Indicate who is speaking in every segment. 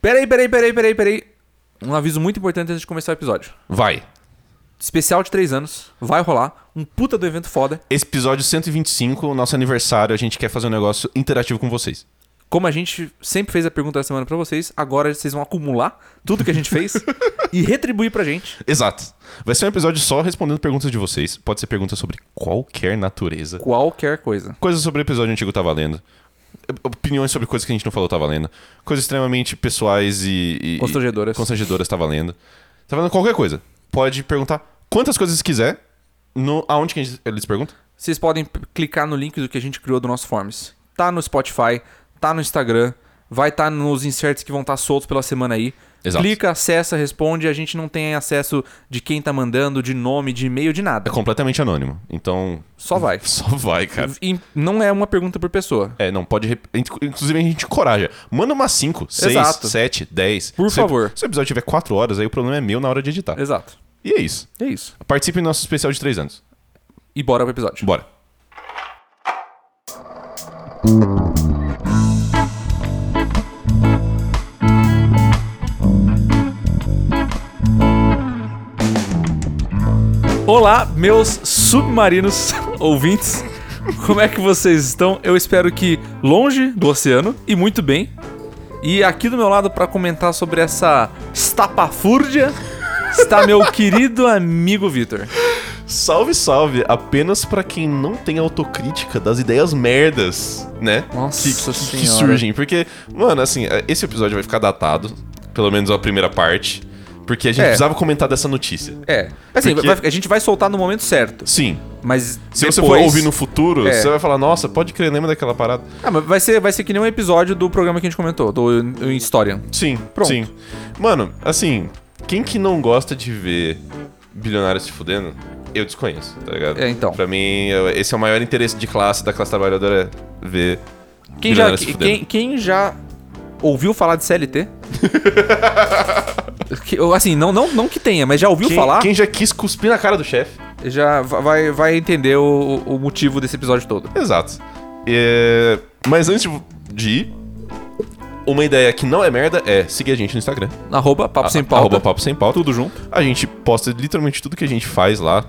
Speaker 1: Peraí, peraí, peraí, peraí, peraí. Um aviso muito importante antes de começar o episódio.
Speaker 2: Vai.
Speaker 1: Especial de 3 anos, vai rolar. Um puta do evento foda.
Speaker 2: Esse episódio 125, nosso aniversário, a gente quer fazer um negócio interativo com vocês.
Speaker 1: Como a gente sempre fez a pergunta da semana pra vocês, agora vocês vão acumular tudo que a gente fez e retribuir pra gente.
Speaker 2: Exato. Vai ser um episódio só respondendo perguntas de vocês. Pode ser perguntas sobre qualquer natureza.
Speaker 1: Qualquer coisa.
Speaker 2: Coisas sobre o episódio antigo tá valendo. Opiniões sobre coisas que a gente não falou tá valendo. Coisas extremamente pessoais e. e
Speaker 1: Constrangedoras.
Speaker 2: e constrangedoras tá valendo. Tá valendo qualquer coisa. Pode perguntar quantas coisas quiser. No, aonde que a gente, eles perguntam?
Speaker 1: Vocês podem p- clicar no link do que a gente criou do nosso Forms. Tá no Spotify, tá no Instagram, vai estar nos inserts que vão estar soltos pela semana aí.
Speaker 2: Exato.
Speaker 1: Clica, acessa, responde. A gente não tem acesso de quem tá mandando, de nome, de e-mail, de
Speaker 2: É
Speaker 1: nada.
Speaker 2: completamente anônimo. Então.
Speaker 1: Só vai.
Speaker 2: Só vai, cara.
Speaker 1: E não é uma pergunta por pessoa.
Speaker 2: É, não, pode. rep- in- Inclusive, a gente encoraja. Manda umas 5, 6,
Speaker 1: Exato.
Speaker 2: 7, 10.
Speaker 1: Por favor.
Speaker 2: Se o episódio tiver 4 horas, aí o problema é meu na hora de editar.
Speaker 1: Exato.
Speaker 2: E é isso.
Speaker 1: É isso.
Speaker 2: Participe do nosso especial de 3 anos.
Speaker 1: E bora pro episódio.
Speaker 2: Bora.
Speaker 1: Olá, meus submarinos ouvintes. Como é que vocês estão? Eu espero que longe do oceano e muito bem. E aqui do meu lado para comentar sobre essa estapafúrdia está meu querido amigo Vitor.
Speaker 2: Salve, salve. Apenas pra quem não tem autocrítica das ideias merdas, né?
Speaker 1: Nossa
Speaker 2: que, que- que
Speaker 1: Senhora.
Speaker 2: surgem. Porque, mano, assim, esse episódio vai ficar datado. Pelo menos a primeira parte. Porque a gente
Speaker 1: É.
Speaker 2: precisava comentar dessa notícia.
Speaker 1: É, assim,
Speaker 2: Porque-
Speaker 1: vai- a gente vai soltar no momento certo,
Speaker 2: Sim.
Speaker 1: mas
Speaker 2: Se
Speaker 1: depois...
Speaker 2: você for ouvir no futuro,
Speaker 1: É.
Speaker 2: você vai falar, nossa, pode crer, lembra daquela parada?
Speaker 1: Ah, mas vai ser, vai ser que nem um episódio do programa que a gente comentou, do Historian.
Speaker 2: Sim,
Speaker 1: Pronto.
Speaker 2: sim. Mano, assim, quem que não gosta de ver bilionários se fudendo, eu desconheço, tá ligado?
Speaker 1: É, então.
Speaker 2: Pra mim, eu- esse é o maior interesse de classe da classe trabalhadora é ver.
Speaker 1: Quem já,
Speaker 2: bilionários se fudendo.
Speaker 1: quem, quem já ouviu falar de CLT? Que- ou, assim, não, não, não que tenha, mas já ouviu
Speaker 2: Quem-
Speaker 1: falar,
Speaker 2: Quem já quis cuspir na cara do chefe.
Speaker 1: já va- vai, vai entender o, o motivo desse episódio todo.
Speaker 2: Exato. É, Mas antes de ir, uma ideia que não é merda é seguir a gente no Instagram.
Speaker 1: Arroba Papo Sem Pauta.
Speaker 2: Arroba papo sem pauta.
Speaker 1: Tudo junto.
Speaker 2: A gente posta literalmente tudo que a gente faz lá.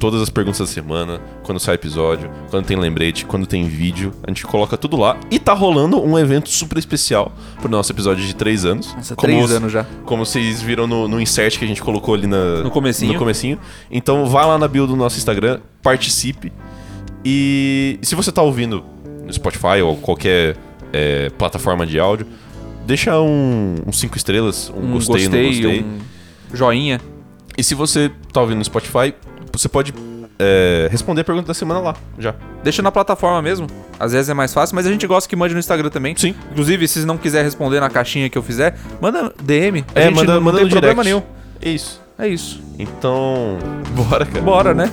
Speaker 2: Todas as perguntas da semana, quando sai episódio, quando tem lembrete, quando tem vídeo, a gente coloca tudo lá. E tá rolando um evento super especial pro nosso episódio de 3 anos.
Speaker 1: Nossa, três
Speaker 2: vo-
Speaker 1: anos já.
Speaker 2: Como vocês viram no, no insert que a gente colocou ali na-
Speaker 1: No comecinho.
Speaker 2: no comecinho. Então vá lá na bio do nosso Instagram, participe. E se você tá ouvindo no Spotify ou qualquer é, plataforma de áudio, deixa um 5 estrelas, um,
Speaker 1: Um
Speaker 2: gostei,
Speaker 1: gostei,
Speaker 2: não gostei.
Speaker 1: um joinha.
Speaker 2: E se você tá ouvindo no Spotify, você pode é, responder a pergunta da semana lá, já.
Speaker 1: Deixa na plataforma mesmo. Às vezes é mais fácil, mas a gente gosta que mande no Instagram também.
Speaker 2: Sim.
Speaker 1: Inclusive, se não quiser responder na caixinha que eu fizer, manda DM. A
Speaker 2: É,
Speaker 1: gente
Speaker 2: manda,
Speaker 1: não,
Speaker 2: manda
Speaker 1: não
Speaker 2: no
Speaker 1: tem problema
Speaker 2: direct.
Speaker 1: nenhum.
Speaker 2: É isso.
Speaker 1: É isso.
Speaker 2: Então, bora, cara.
Speaker 1: Bora, né?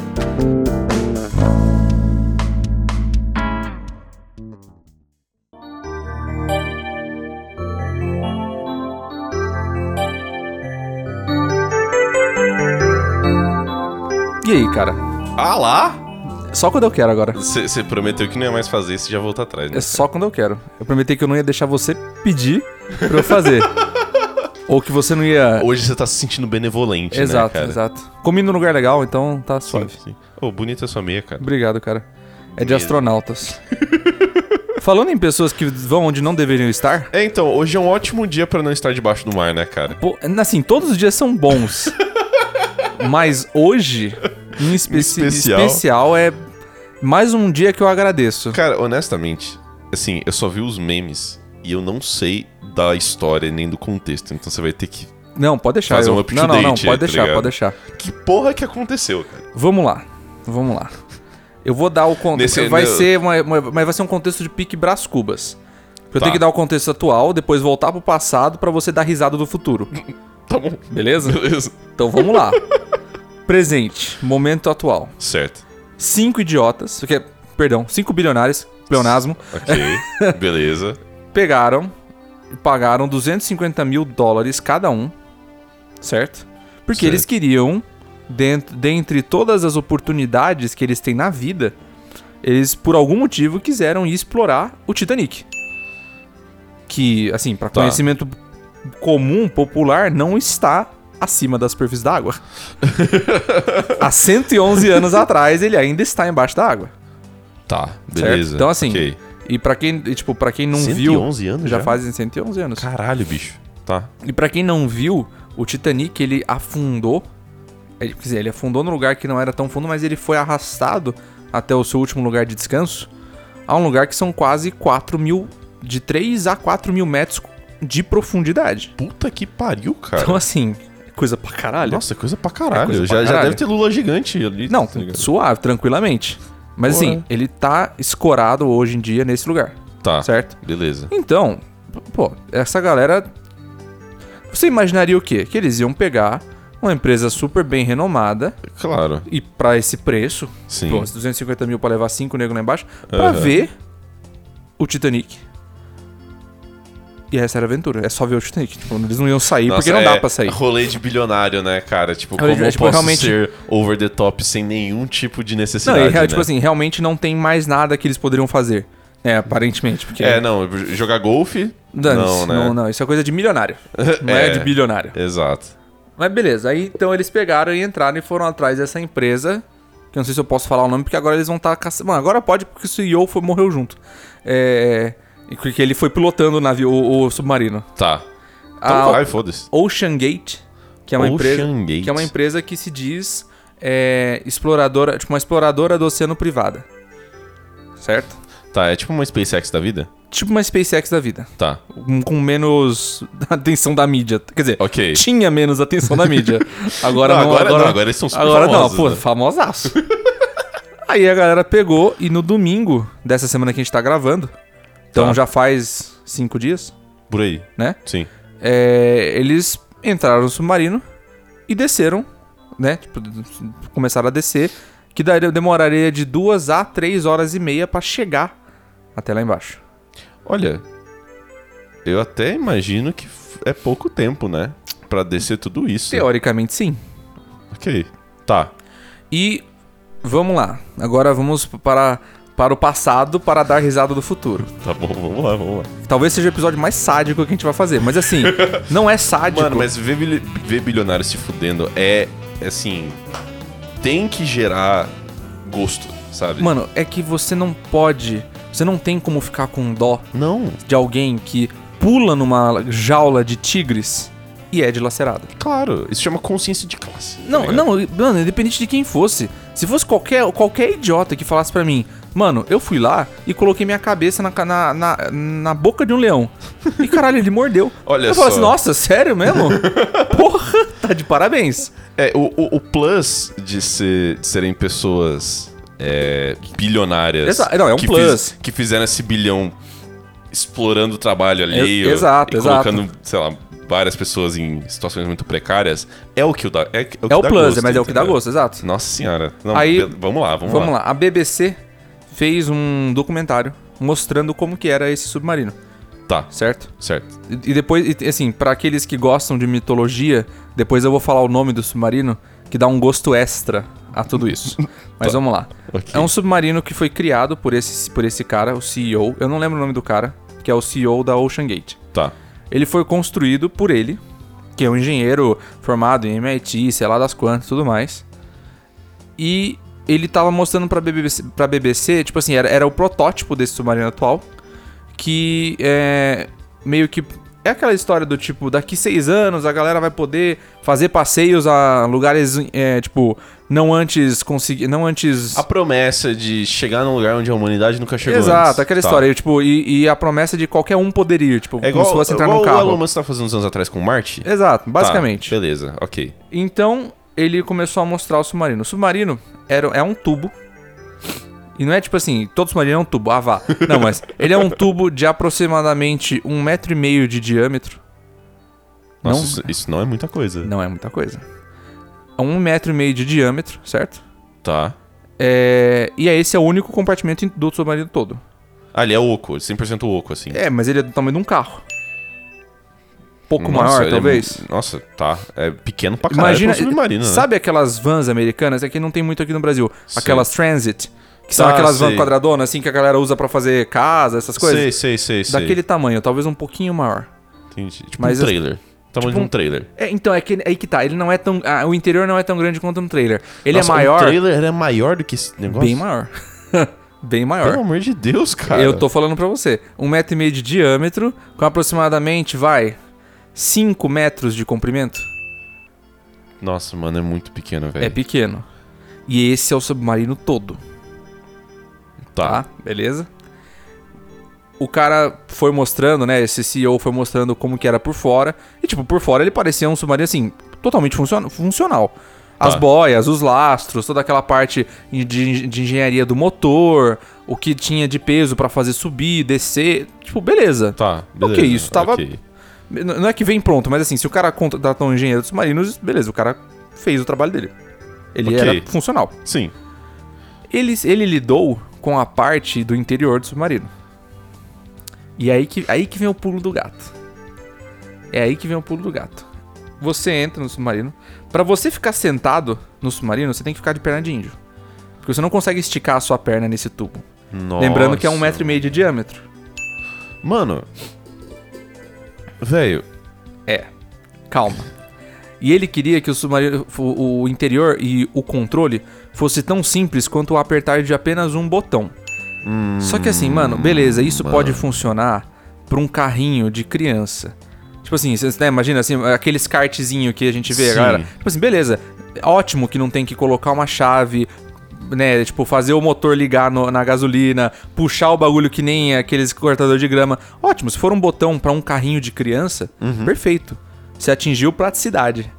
Speaker 1: E aí, cara? É
Speaker 2: Ah lá?
Speaker 1: Só quando eu quero agora.
Speaker 2: Você prometeu que não ia mais fazer isso e já voltou atrás, né?
Speaker 1: É só quando eu quero. Eu prometi que eu não ia deixar você pedir pra eu fazer. Ou que você não ia.
Speaker 2: Hoje você tá se sentindo benevolente,
Speaker 1: exato,
Speaker 2: né, cara?
Speaker 1: exato. Comi num lugar legal, então tá suave.
Speaker 2: Sim, sim. Ô, bonita a sua meia, cara.
Speaker 1: Obrigado, cara. É de
Speaker 2: Mesmo.
Speaker 1: astronautas. Falando em pessoas que vão onde não deveriam estar,
Speaker 2: É, então, hoje é um ótimo dia pra não estar debaixo do mar, né, cara?
Speaker 1: pô, assim, todos os dias são bons. mas hoje, em especi-
Speaker 2: Especial.
Speaker 1: especial. é mais um dia que eu agradeço.
Speaker 2: Cara, honestamente, assim, eu só vi os memes e eu não sei da história nem do contexto, então você vai ter que.
Speaker 1: Não, pode deixar.
Speaker 2: Fazer
Speaker 1: eu...
Speaker 2: um up to
Speaker 1: não, não, não,
Speaker 2: date aí,
Speaker 1: pode
Speaker 2: tá
Speaker 1: deixar,
Speaker 2: ligado?
Speaker 1: pode deixar.
Speaker 2: Que porra que aconteceu, cara?
Speaker 1: Vamos lá. Vamos lá. Eu vou dar o contexto.
Speaker 2: Nesse-
Speaker 1: Vai
Speaker 2: no-
Speaker 1: ser uma, uma- mas vai ser um contexto de pique Brás Cubas. Eu
Speaker 2: Tá.
Speaker 1: tenho que dar o contexto atual, depois voltar pro passado pra você dar risada do futuro.
Speaker 2: Tá bom,
Speaker 1: Beleza?
Speaker 2: beleza.
Speaker 1: Então vamos lá. Presente, momento atual.
Speaker 2: Certo.
Speaker 1: Cinco idiotas, que é- perdão, cinco bilionários, pleonasmo,
Speaker 2: Ok, beleza.
Speaker 1: pegaram e pagaram 250 mil dólares cada um, certo? Porque
Speaker 2: Certo.
Speaker 1: eles queriam, dentro, dentre todas as oportunidades que eles têm na vida, eles por algum motivo quiseram ir explorar o Titanic. Que, assim, para
Speaker 2: Tá.
Speaker 1: conhecimento comum, popular, não está acima da superfície da água. Há 111 anos atrás, ele ainda está embaixo da água.
Speaker 2: Tá,
Speaker 1: certo?
Speaker 2: beleza.
Speaker 1: Então, assim,
Speaker 2: Ok.
Speaker 1: e pra quem, e, tipo, pra quem não viu...
Speaker 2: 111 anos
Speaker 1: Já
Speaker 2: já?
Speaker 1: fazem 111 anos.
Speaker 2: Caralho, bicho. Tá.
Speaker 1: E pra quem não viu, o Titanic ele afundou. Ele, quer dizer, ele afundou num lugar que não era tão fundo, mas ele foi arrastado até o seu último lugar de descanso. A um lugar que são quase 4 mil. De 3 a 4 mil metros de profundidade.
Speaker 2: Puta que pariu, cara.
Speaker 1: Então, assim, coisa pra caralho.
Speaker 2: Nossa, coisa pra caralho.
Speaker 1: É coisa pra
Speaker 2: já, já
Speaker 1: caralho.
Speaker 2: deve ter Lula gigante ali.
Speaker 1: não,
Speaker 2: tá ligado?
Speaker 1: suave, tranquilamente. Mas
Speaker 2: Porra.
Speaker 1: assim, ele tá escorado hoje em dia nesse lugar,
Speaker 2: Tá,
Speaker 1: certo?
Speaker 2: beleza.
Speaker 1: Então, pô, essa galera. Você imaginaria o quê? Que eles iam pegar uma empresa super bem renomada
Speaker 2: Claro,
Speaker 1: e pra esse preço,
Speaker 2: sim.
Speaker 1: pô, 250 mil pra levar cinco negros lá embaixo, pra
Speaker 2: Aham.
Speaker 1: ver o Titanic. E essa era a aventura. É só ver o Titanic. Tipo, eles não iam sair porque não
Speaker 2: Nossa,
Speaker 1: dá
Speaker 2: é
Speaker 1: pra sair.
Speaker 2: Rolê de bilionário, né, cara? Tipo,
Speaker 1: Rolê de-
Speaker 2: como eu
Speaker 1: tipo,
Speaker 2: posso
Speaker 1: realmente-
Speaker 2: ser over the top sem nenhum tipo de
Speaker 1: Não,
Speaker 2: necessidade,
Speaker 1: e, real-
Speaker 2: né?
Speaker 1: tipo assim, realmente não tem mais nada que eles poderiam fazer. É, aparentemente. Porque
Speaker 2: É, não, jogar golfe...
Speaker 1: Dane-se,
Speaker 2: não, né?
Speaker 1: não, não, isso é coisa de milionário. Não é
Speaker 2: É.
Speaker 1: de bilionário.
Speaker 2: Exato.
Speaker 1: Mas beleza, aí então eles pegaram e entraram e foram atrás dessa empresa. Que eu não sei se eu posso falar o nome, porque agora eles vão estar caçando. Mano, agora pode, porque o CEO foi, morreu junto. É. e Porque ele foi pilotando o navio, o, o submarino.
Speaker 2: Tá. Então
Speaker 1: A
Speaker 2: vai, foda-se.
Speaker 1: Ocean Gate, Ah, que é uma empresa.
Speaker 2: Ocean Gate.
Speaker 1: Que é uma empresa que se diz é, exploradora, tipo, uma exploradora do oceano privada. Certo?
Speaker 2: Tá, é tipo uma SpaceX da vida?
Speaker 1: Tipo uma SpaceX da vida.
Speaker 2: Tá,
Speaker 1: com- com menos atenção da mídia. Quer dizer,
Speaker 2: ok.
Speaker 1: tinha menos atenção da mídia. Agora
Speaker 2: Não,
Speaker 1: não,
Speaker 2: agora não, agora eles são super
Speaker 1: Agora
Speaker 2: famosos,
Speaker 1: não, pô,
Speaker 2: né?
Speaker 1: famosaço. Aí a galera pegou e no domingo dessa semana que a gente tá gravando, então
Speaker 2: Tá.
Speaker 1: já faz cinco dias,
Speaker 2: Por aí,
Speaker 1: né?
Speaker 2: sim.
Speaker 1: É, eles entraram no submarino e desceram, né? Tipo, começaram a descer, que daria, demoraria de duas a três horas e meia pra chegar até lá embaixo.
Speaker 2: Olha, eu até imagino que f- é pouco tempo, né? Pra descer tudo isso.
Speaker 1: Teoricamente, sim.
Speaker 2: Ok. Tá.
Speaker 1: E vamos lá. Agora vamos para, para o passado para dar risada do futuro.
Speaker 2: Tá bom, vamos lá, vamos lá.
Speaker 1: Talvez seja o episódio mais sádico que a gente vai fazer, mas assim, não é sádico.
Speaker 2: Mano, mas ver, bil- ver bilionário se fudendo é, assim, tem que gerar gosto, sabe?
Speaker 1: Mano, é que você não pode, você não tem como ficar com dó
Speaker 2: Não,
Speaker 1: de alguém que pula numa jaula de tigres e é dilacerado.
Speaker 2: claro. Isso chama consciência de classe. tá
Speaker 1: Não,
Speaker 2: ligado?
Speaker 1: não, mano, independente de quem fosse. Se fosse qualquer, qualquer idiota que falasse pra mim, mano, eu fui lá e coloquei minha cabeça na, ca- na, na, na boca de um leão. E caralho, ele mordeu.
Speaker 2: Olha
Speaker 1: eu falasse,
Speaker 2: só.
Speaker 1: nossa, sério mesmo? Porra, tá de parabéns.
Speaker 2: É, o, o, o plus de, ser, de serem pessoas é, bilionárias.
Speaker 1: Exa- não, é um
Speaker 2: que
Speaker 1: plus.
Speaker 2: que fizeram esse bilhão explorando o trabalho alheio.
Speaker 1: exato,
Speaker 2: e
Speaker 1: exato.
Speaker 2: colocando, sei lá, várias pessoas em situações muito precárias. É o que o dá. É, que
Speaker 1: É o
Speaker 2: dá
Speaker 1: plus,
Speaker 2: gosto,
Speaker 1: mas é o que dá
Speaker 2: entendeu?
Speaker 1: gosto, exato.
Speaker 2: Nossa senhora. Não,
Speaker 1: Aí-
Speaker 2: be- vamos lá, vamos,
Speaker 1: Vamos
Speaker 2: lá.
Speaker 1: lá, a BBC fez um documentário mostrando como que era esse submarino,
Speaker 2: Tá,
Speaker 1: certo?
Speaker 2: certo.
Speaker 1: E e depois, e, assim, pra aqueles que gostam de mitologia, depois eu vou falar o nome do submarino, que dá um gosto extra a tudo isso. Mas
Speaker 2: Tá.
Speaker 1: vamos lá.
Speaker 2: Ok.
Speaker 1: É um submarino que foi criado por esse, por esse cara, o CEO. Eu não lembro o nome do cara, que é o CEO da Ocean Gate.
Speaker 2: Tá.
Speaker 1: Ele foi construído por ele, que é um engenheiro formado em MIT, sei lá das quantas e tudo mais. E ele tava mostrando pra BBC, pra BBC tipo assim, era, era o protótipo desse submarino atual, que é meio que. É aquela história do tipo, daqui seis anos a galera vai poder fazer passeios a lugares, é, tipo, não antes conseguir. Não antes.
Speaker 2: A promessa de chegar num lugar onde a humanidade nunca chegou
Speaker 1: Exato,
Speaker 2: antes.
Speaker 1: aquela
Speaker 2: Tá.
Speaker 1: história. E, tipo, e, e a promessa de qualquer um poder ir, tipo,
Speaker 2: É
Speaker 1: como
Speaker 2: igual,
Speaker 1: se fosse entrar
Speaker 2: igual
Speaker 1: num
Speaker 2: o Elon
Speaker 1: carro.
Speaker 2: Musk tá fazendo uns anos atrás com Marte.
Speaker 1: Exato, basicamente.
Speaker 2: Tá, beleza, ok.
Speaker 1: Então, ele começou a mostrar o submarino. O submarino era, é um tubo. E não é tipo assim, todo submarino é um tubo, ah vá. Não, mas ele é um tubo de aproximadamente um metro e meio de diâmetro. Não-
Speaker 2: Nossa, isso, isso não é muita coisa.
Speaker 1: Não é muita coisa. É um metro e meio de diâmetro, certo?
Speaker 2: Tá.
Speaker 1: É, e aí esse é o único compartimento do submarino todo.
Speaker 2: Ah, ele é oco, 100% oco, assim.
Speaker 1: É, mas ele é do tamanho de um carro. um Pouco
Speaker 2: Nossa, ele
Speaker 1: maior,
Speaker 2: é
Speaker 1: talvez.
Speaker 2: mu- nossa, tá. É pequeno pra caralho
Speaker 1: Imagina,
Speaker 2: pra um submarino, né?
Speaker 1: sabe aquelas vans americanas? É que não tem muito aqui no Brasil.
Speaker 2: Sei.
Speaker 1: Aquelas transit, que são
Speaker 2: Tá,
Speaker 1: aquelas
Speaker 2: sei.
Speaker 1: vans quadradonas, assim, que a galera usa pra fazer casa, essas coisas.
Speaker 2: Sei, sei, sei, sei.
Speaker 1: Daquele tamanho, talvez um pouquinho maior.
Speaker 2: Entendi. Tipo
Speaker 1: Mas
Speaker 2: um
Speaker 1: as-
Speaker 2: trailer. Tamanho de um trailer.
Speaker 1: É, então, é que aí que tá. Ele não é tão. ah, o interior não é tão grande quanto no trailer. Ele
Speaker 2: Nossa,
Speaker 1: é maior.
Speaker 2: O trailer é maior do que esse negócio?
Speaker 1: Bem maior. bem maior.
Speaker 2: Pelo amor de Deus, cara.
Speaker 1: Eu tô falando pra você. Um metro e meio de diâmetro, com aproximadamente, vai, 5 metros de comprimento.
Speaker 2: Nossa, mano, é muito pequeno, velho.
Speaker 1: É pequeno. E esse é o submarino todo, tá?
Speaker 2: Tá.
Speaker 1: Beleza? O cara foi mostrando, né? Esse CEO foi mostrando como que era por fora. E, tipo, por fora ele parecia um submarino, assim, totalmente funcion- funcional. As
Speaker 2: Tá.
Speaker 1: boias, os lastros, toda aquela parte de, de engenharia do motor, o que tinha de peso pra fazer subir, descer. Tipo, beleza.
Speaker 2: Tá,
Speaker 1: Ok,
Speaker 2: beleza.
Speaker 1: isso tava-
Speaker 2: ok.
Speaker 1: N- Não é que vem pronto, mas assim, se o cara contratou um engenheiro dos marinos, beleza, o cara fez o trabalho dele. Ele
Speaker 2: Ok.
Speaker 1: era funcional.
Speaker 2: Sim.
Speaker 1: Ele, ele lidou com a parte do interior do submarino. E aí que, aí que vem o pulo do gato. É aí que vem o pulo do gato. Você entra no submarino. Pra você ficar sentado no submarino, você tem que ficar de perna de índio. Porque você não consegue esticar a sua perna nesse tubo.
Speaker 2: Nossa.
Speaker 1: Lembrando que é um metro e meio de diâmetro.
Speaker 2: Mano. Velho,
Speaker 1: É. Calma. E ele queria que o submarino, o o interior e o controle fosse tão simples quanto o apertar de apenas um botão. Só que assim, mano, beleza, isso pode funcionar pra um carrinho de criança. Tipo assim, cês, né, imagina assim, aqueles kartzinho que a gente vê
Speaker 2: Sim.
Speaker 1: agora. Tipo assim, beleza, ótimo que não tem que colocar uma chave, né, tipo, fazer o motor ligar no- na gasolina, puxar o bagulho que nem aqueles cortador de grama. Ótimo, se for um botão pra um carrinho de criança,
Speaker 2: Uhum.
Speaker 1: perfeito. Você atingiu praticidade.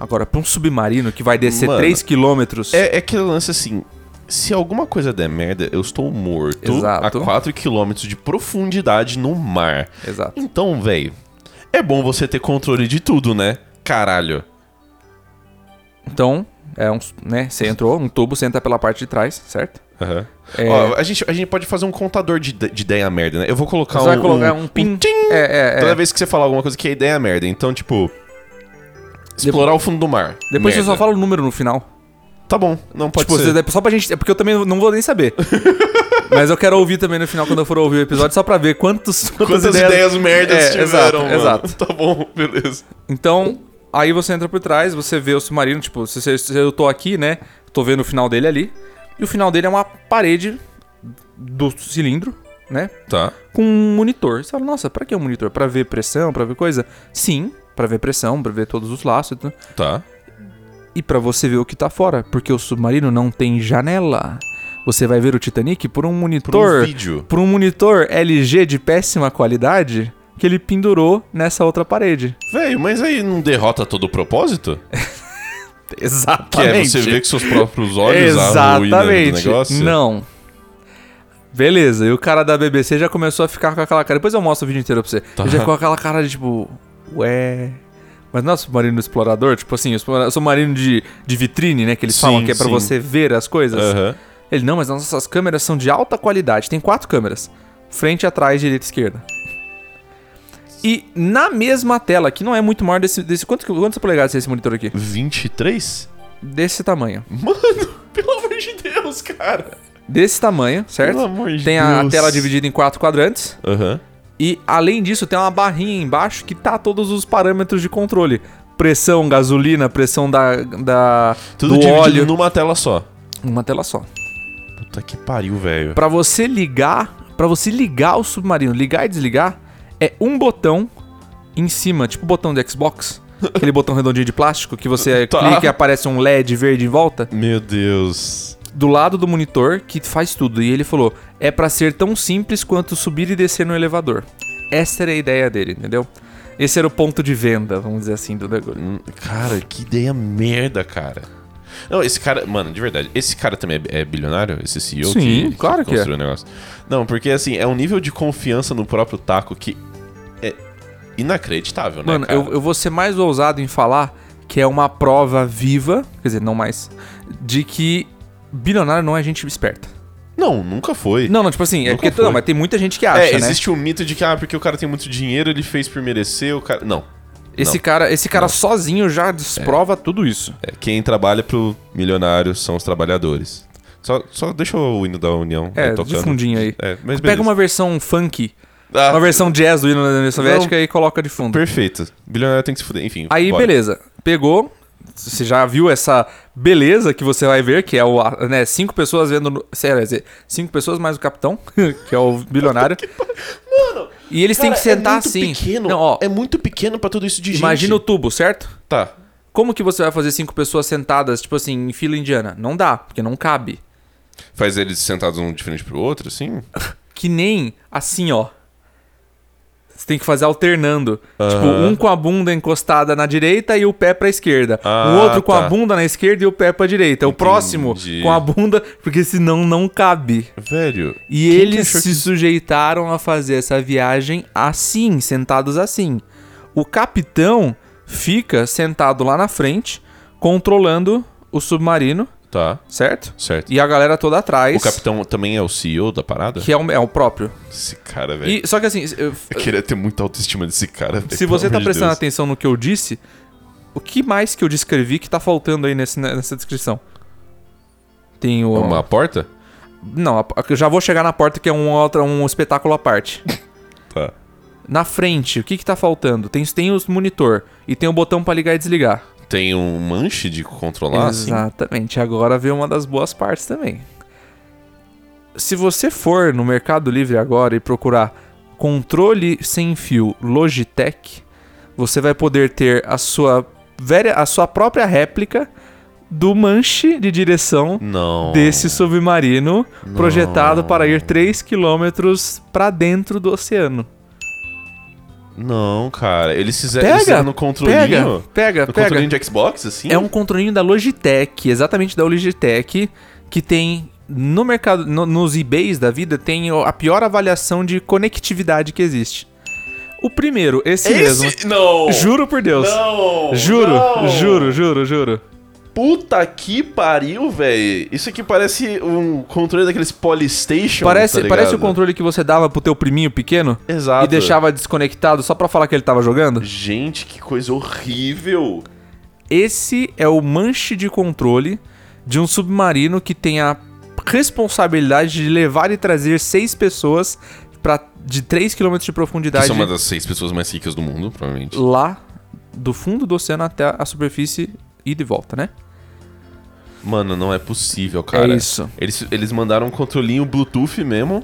Speaker 1: Agora, pra um submarino que vai descer
Speaker 2: Mano,
Speaker 1: 3 quilômetros...
Speaker 2: é, é aquele lance assim. Se alguma coisa der merda, eu estou morto
Speaker 1: Exato.
Speaker 2: a 4 km de profundidade no mar.
Speaker 1: Exato.
Speaker 2: Então, velho, é bom você ter controle de tudo, né? Caralho.
Speaker 1: Então, é um, né, você entrou, um tubo, você entra pela parte de trás, certo?
Speaker 2: Aham.
Speaker 1: É.
Speaker 2: Ó, a, gente, a gente pode fazer um contador de, de ideia merda, né? Eu vou colocar
Speaker 1: Você
Speaker 2: um.
Speaker 1: vai colocar um pin.
Speaker 2: tchim,
Speaker 1: É, é, é.
Speaker 2: Toda vez que você falar alguma coisa que é ideia merda. Então, tipo. Explorar o fundo do mar.
Speaker 1: Depois você
Speaker 2: Merda.
Speaker 1: só fala o número no final.
Speaker 2: Tá bom, não pode
Speaker 1: tipo,
Speaker 2: ser.
Speaker 1: você- só pra gente. É porque eu também não vou nem saber. Mas eu quero ouvir também no final quando eu for ouvir o episódio, só pra ver quantos,
Speaker 2: Quantas ideias, merdas
Speaker 1: É,
Speaker 2: tiveram,
Speaker 1: exato,
Speaker 2: mano?
Speaker 1: exato.
Speaker 2: Tá bom, beleza.
Speaker 1: Então, aí você entra por trás, você vê o submarino, tipo, se, se- se eu tô aqui, né? Tô vendo o final dele ali. E o final dele é uma parede do cilindro, né?
Speaker 2: Tá.
Speaker 1: com um monitor. Você fala, nossa, pra que um monitor? Pra ver pressão, pra ver coisa? Sim, pra ver pressão, pra ver todos os laços e tudo.
Speaker 2: Tá.
Speaker 1: E pra você ver o que tá fora, porque o submarino não tem janela. Você vai ver o Titanic por um monitor.
Speaker 2: Por um vídeo.
Speaker 1: por um monitor LG de péssima qualidade que ele pendurou nessa outra parede.
Speaker 2: Velho, mas aí não derrota todo o propósito?
Speaker 1: É
Speaker 2: é, Que
Speaker 1: Exatamente.
Speaker 2: é você ver com seus próprios olhos a ruína do
Speaker 1: Exatamente.
Speaker 2: negócio?
Speaker 1: Não. Beleza, e o cara da BBC já começou a ficar com aquela cara. Depois eu mostro o vídeo inteiro pra você.
Speaker 2: Tá.
Speaker 1: Ele já ficou com aquela cara de tipo, ué. Mas não é o submarino explorador, tipo assim, o explora- submarino de, de vitrine, né? Que eles
Speaker 2: Sim,
Speaker 1: falam que é pra
Speaker 2: sim.
Speaker 1: você ver as coisas.
Speaker 2: Aham.
Speaker 1: Ele, não, mas nossas câmeras são de alta qualidade. Tem quatro câmeras. Frente, atrás, direita e esquerda. E na mesma tela, que não é muito maior desse. desse quanto, que- quantas polegadas tem esse monitor aqui?
Speaker 2: 23?
Speaker 1: Desse tamanho.
Speaker 2: Mano, pelo amor de Deus, cara.
Speaker 1: Desse tamanho, certo?
Speaker 2: Pelo amor de
Speaker 1: tem a
Speaker 2: Deus.
Speaker 1: tela dividida em quatro quadrantes.
Speaker 2: Aham.
Speaker 1: E além disso, tem uma barrinha embaixo que tá todos os parâmetros de controle. Pressão, gasolina, pressão da, da
Speaker 2: Tudo
Speaker 1: do
Speaker 2: dividido
Speaker 1: óleo.
Speaker 2: numa tela só.
Speaker 1: Uma tela só.
Speaker 2: Puta que pariu, velho.
Speaker 1: Pra você ligar, para você ligar o submarino, ligar e desligar é um botão em cima, tipo o botão do Xbox, aquele botão redondinho de plástico que você
Speaker 2: Tá.
Speaker 1: clica e aparece um LED verde em volta,
Speaker 2: Meu Deus.
Speaker 1: do lado do monitor que faz tudo. E ele falou: "É pra ser tão simples quanto subir e descer no elevador". Essa era a ideia dele, entendeu? Esse era o ponto de venda, vamos dizer assim, do negócio.
Speaker 2: Hum, Cara, que ideia merda, cara. Não, esse cara, mano, de verdade, esse cara também é, é bilionário? Esse CEO
Speaker 1: Sim,
Speaker 2: que,
Speaker 1: claro que é.
Speaker 2: construiu o negócio? Não, porque assim, é um nível de confiança no próprio taco que é inacreditável, né,
Speaker 1: Mano,
Speaker 2: cara?
Speaker 1: eu, eu vou ser mais ousado em falar que é uma prova viva, quer dizer, não mais, de que bilionário não é gente esperta.
Speaker 2: Não, nunca foi.
Speaker 1: Não, não, tipo assim, é
Speaker 2: Nunca
Speaker 1: porque
Speaker 2: foi.
Speaker 1: não, mas tem muita gente que acha,
Speaker 2: é,
Speaker 1: né?
Speaker 2: existe o mito de que, ah, porque o cara tem muito dinheiro, ele fez por merecer, o cara... Não.
Speaker 1: Esse
Speaker 2: não.
Speaker 1: cara, esse cara sozinho já desprova tudo isso.
Speaker 2: É, quem trabalha pro milionário são os trabalhadores. Só, só deixa o hino da União
Speaker 1: É,
Speaker 2: aí
Speaker 1: de fundinho aí.
Speaker 2: É,
Speaker 1: Pega
Speaker 2: mas então, beleza.
Speaker 1: uma versão funk
Speaker 2: Ah,
Speaker 1: Uma versão jazz do hino da União Soviética e coloca de fundo.
Speaker 2: Perfeito. Bilionário tem que se fuder. Enfim.
Speaker 1: Aí,
Speaker 2: bora.
Speaker 1: beleza. Pegou. Você já viu essa beleza que você vai ver, que é o a- né, cinco pessoas vendo. no- Sério, quer dizer, cinco pessoas mais o capitão, que é o bilionário.
Speaker 2: Mano,
Speaker 1: E eles têm
Speaker 2: cara,
Speaker 1: que sentar
Speaker 2: é muito
Speaker 1: assim.
Speaker 2: Pequeno,
Speaker 1: Não, ó,
Speaker 2: É muito pequeno pra tudo isso de
Speaker 1: imagina o
Speaker 2: gente.
Speaker 1: tubo, certo?
Speaker 2: Tá.
Speaker 1: Como que você vai fazer cinco pessoas sentadas, tipo assim, em fila indiana? Não dá, porque não cabe.
Speaker 2: Faz eles sentados um diferente pro outro, assim?
Speaker 1: que nem assim, ó. Você tem que fazer alternando. Tipo,
Speaker 2: Aham.
Speaker 1: um com a bunda encostada na direita e o pé pra esquerda.
Speaker 2: Ah,
Speaker 1: o outro com
Speaker 2: tá.
Speaker 1: a bunda na esquerda e o pé pra direita. É O próximo
Speaker 2: Entendi.
Speaker 1: com a bunda, porque senão não cabe.
Speaker 2: Velho.
Speaker 1: E
Speaker 2: quem que
Speaker 1: eles
Speaker 2: achou
Speaker 1: se sujeitaram a fazer essa viagem assim, sentados assim. O capitão fica sentado lá na frente, controlando o submarino,
Speaker 2: que- Tá,
Speaker 1: certo?
Speaker 2: certo.
Speaker 1: E a galera toda atrás,
Speaker 2: O capitão também é o CEO da parada?
Speaker 1: que é o, é o próprio.
Speaker 2: Esse cara, velho.
Speaker 1: E, só que assim, eu-
Speaker 2: Eu queria ter muita autoestima desse cara, velho.
Speaker 1: Se você
Speaker 2: pelo
Speaker 1: tá
Speaker 2: amor de
Speaker 1: prestando
Speaker 2: Deus.
Speaker 1: atenção no que eu disse, o que mais que eu descrevi que tá faltando aí nesse- nessa descrição? Tem o.
Speaker 2: Uma porta?
Speaker 1: Não, a- eu já vou chegar na porta que é um, outra, um espetáculo à parte.
Speaker 2: Tá.
Speaker 1: na frente, o que que tá faltando? Tem, tem os monitor e tem o botão pra ligar e desligar.
Speaker 2: Tem um manche de controlar, assim?
Speaker 1: Exatamente. Agora vem uma das boas partes também. Se você for no Mercado Livre agora e procurar controle sem fio Logitech, você vai poder ter a sua velha, a sua própria réplica do manche de direção
Speaker 2: Não.
Speaker 1: desse submarino projetado para ir 3 km para dentro do oceano.
Speaker 2: Não, cara. Eles fizeram,
Speaker 1: Pega,
Speaker 2: eles fizeram é- no controlinho.
Speaker 1: pega, pega,
Speaker 2: no
Speaker 1: pega.
Speaker 2: controlinho de Xbox, assim?
Speaker 1: É um controlinho da Logitech, exatamente da Logitech, que tem no mercado, no- nos eBays da vida, tem o- a pior avaliação de conectividade que existe. O primeiro, esse, mesmo.
Speaker 2: Esse... Não!
Speaker 1: Juro por Deus.
Speaker 2: Não!
Speaker 1: Juro,
Speaker 2: não.
Speaker 1: juro, juro, juro.
Speaker 2: Puta que pariu, velho. Isso aqui parece um controle daqueles Polystation,
Speaker 1: Parece,
Speaker 2: tá
Speaker 1: parece o
Speaker 2: ligado?
Speaker 1: controle que você dava pro teu priminho pequeno
Speaker 2: Exato.
Speaker 1: e deixava desconectado só pra falar que ele tava jogando?
Speaker 2: Gente, que coisa horrível.
Speaker 1: Esse é o manche de controle de um submarino que tem a responsabilidade de levar e trazer seis pessoas pra, de 3 km de
Speaker 2: Você
Speaker 1: profundidade
Speaker 2: é uma das seis pessoas mais ricas do mundo, provavelmente.
Speaker 1: lá do fundo do oceano até a superfície e de volta, né?
Speaker 2: Mano, não é possível, cara.
Speaker 1: É isso.
Speaker 2: Eles, eles mandaram um controlinho Bluetooth mesmo.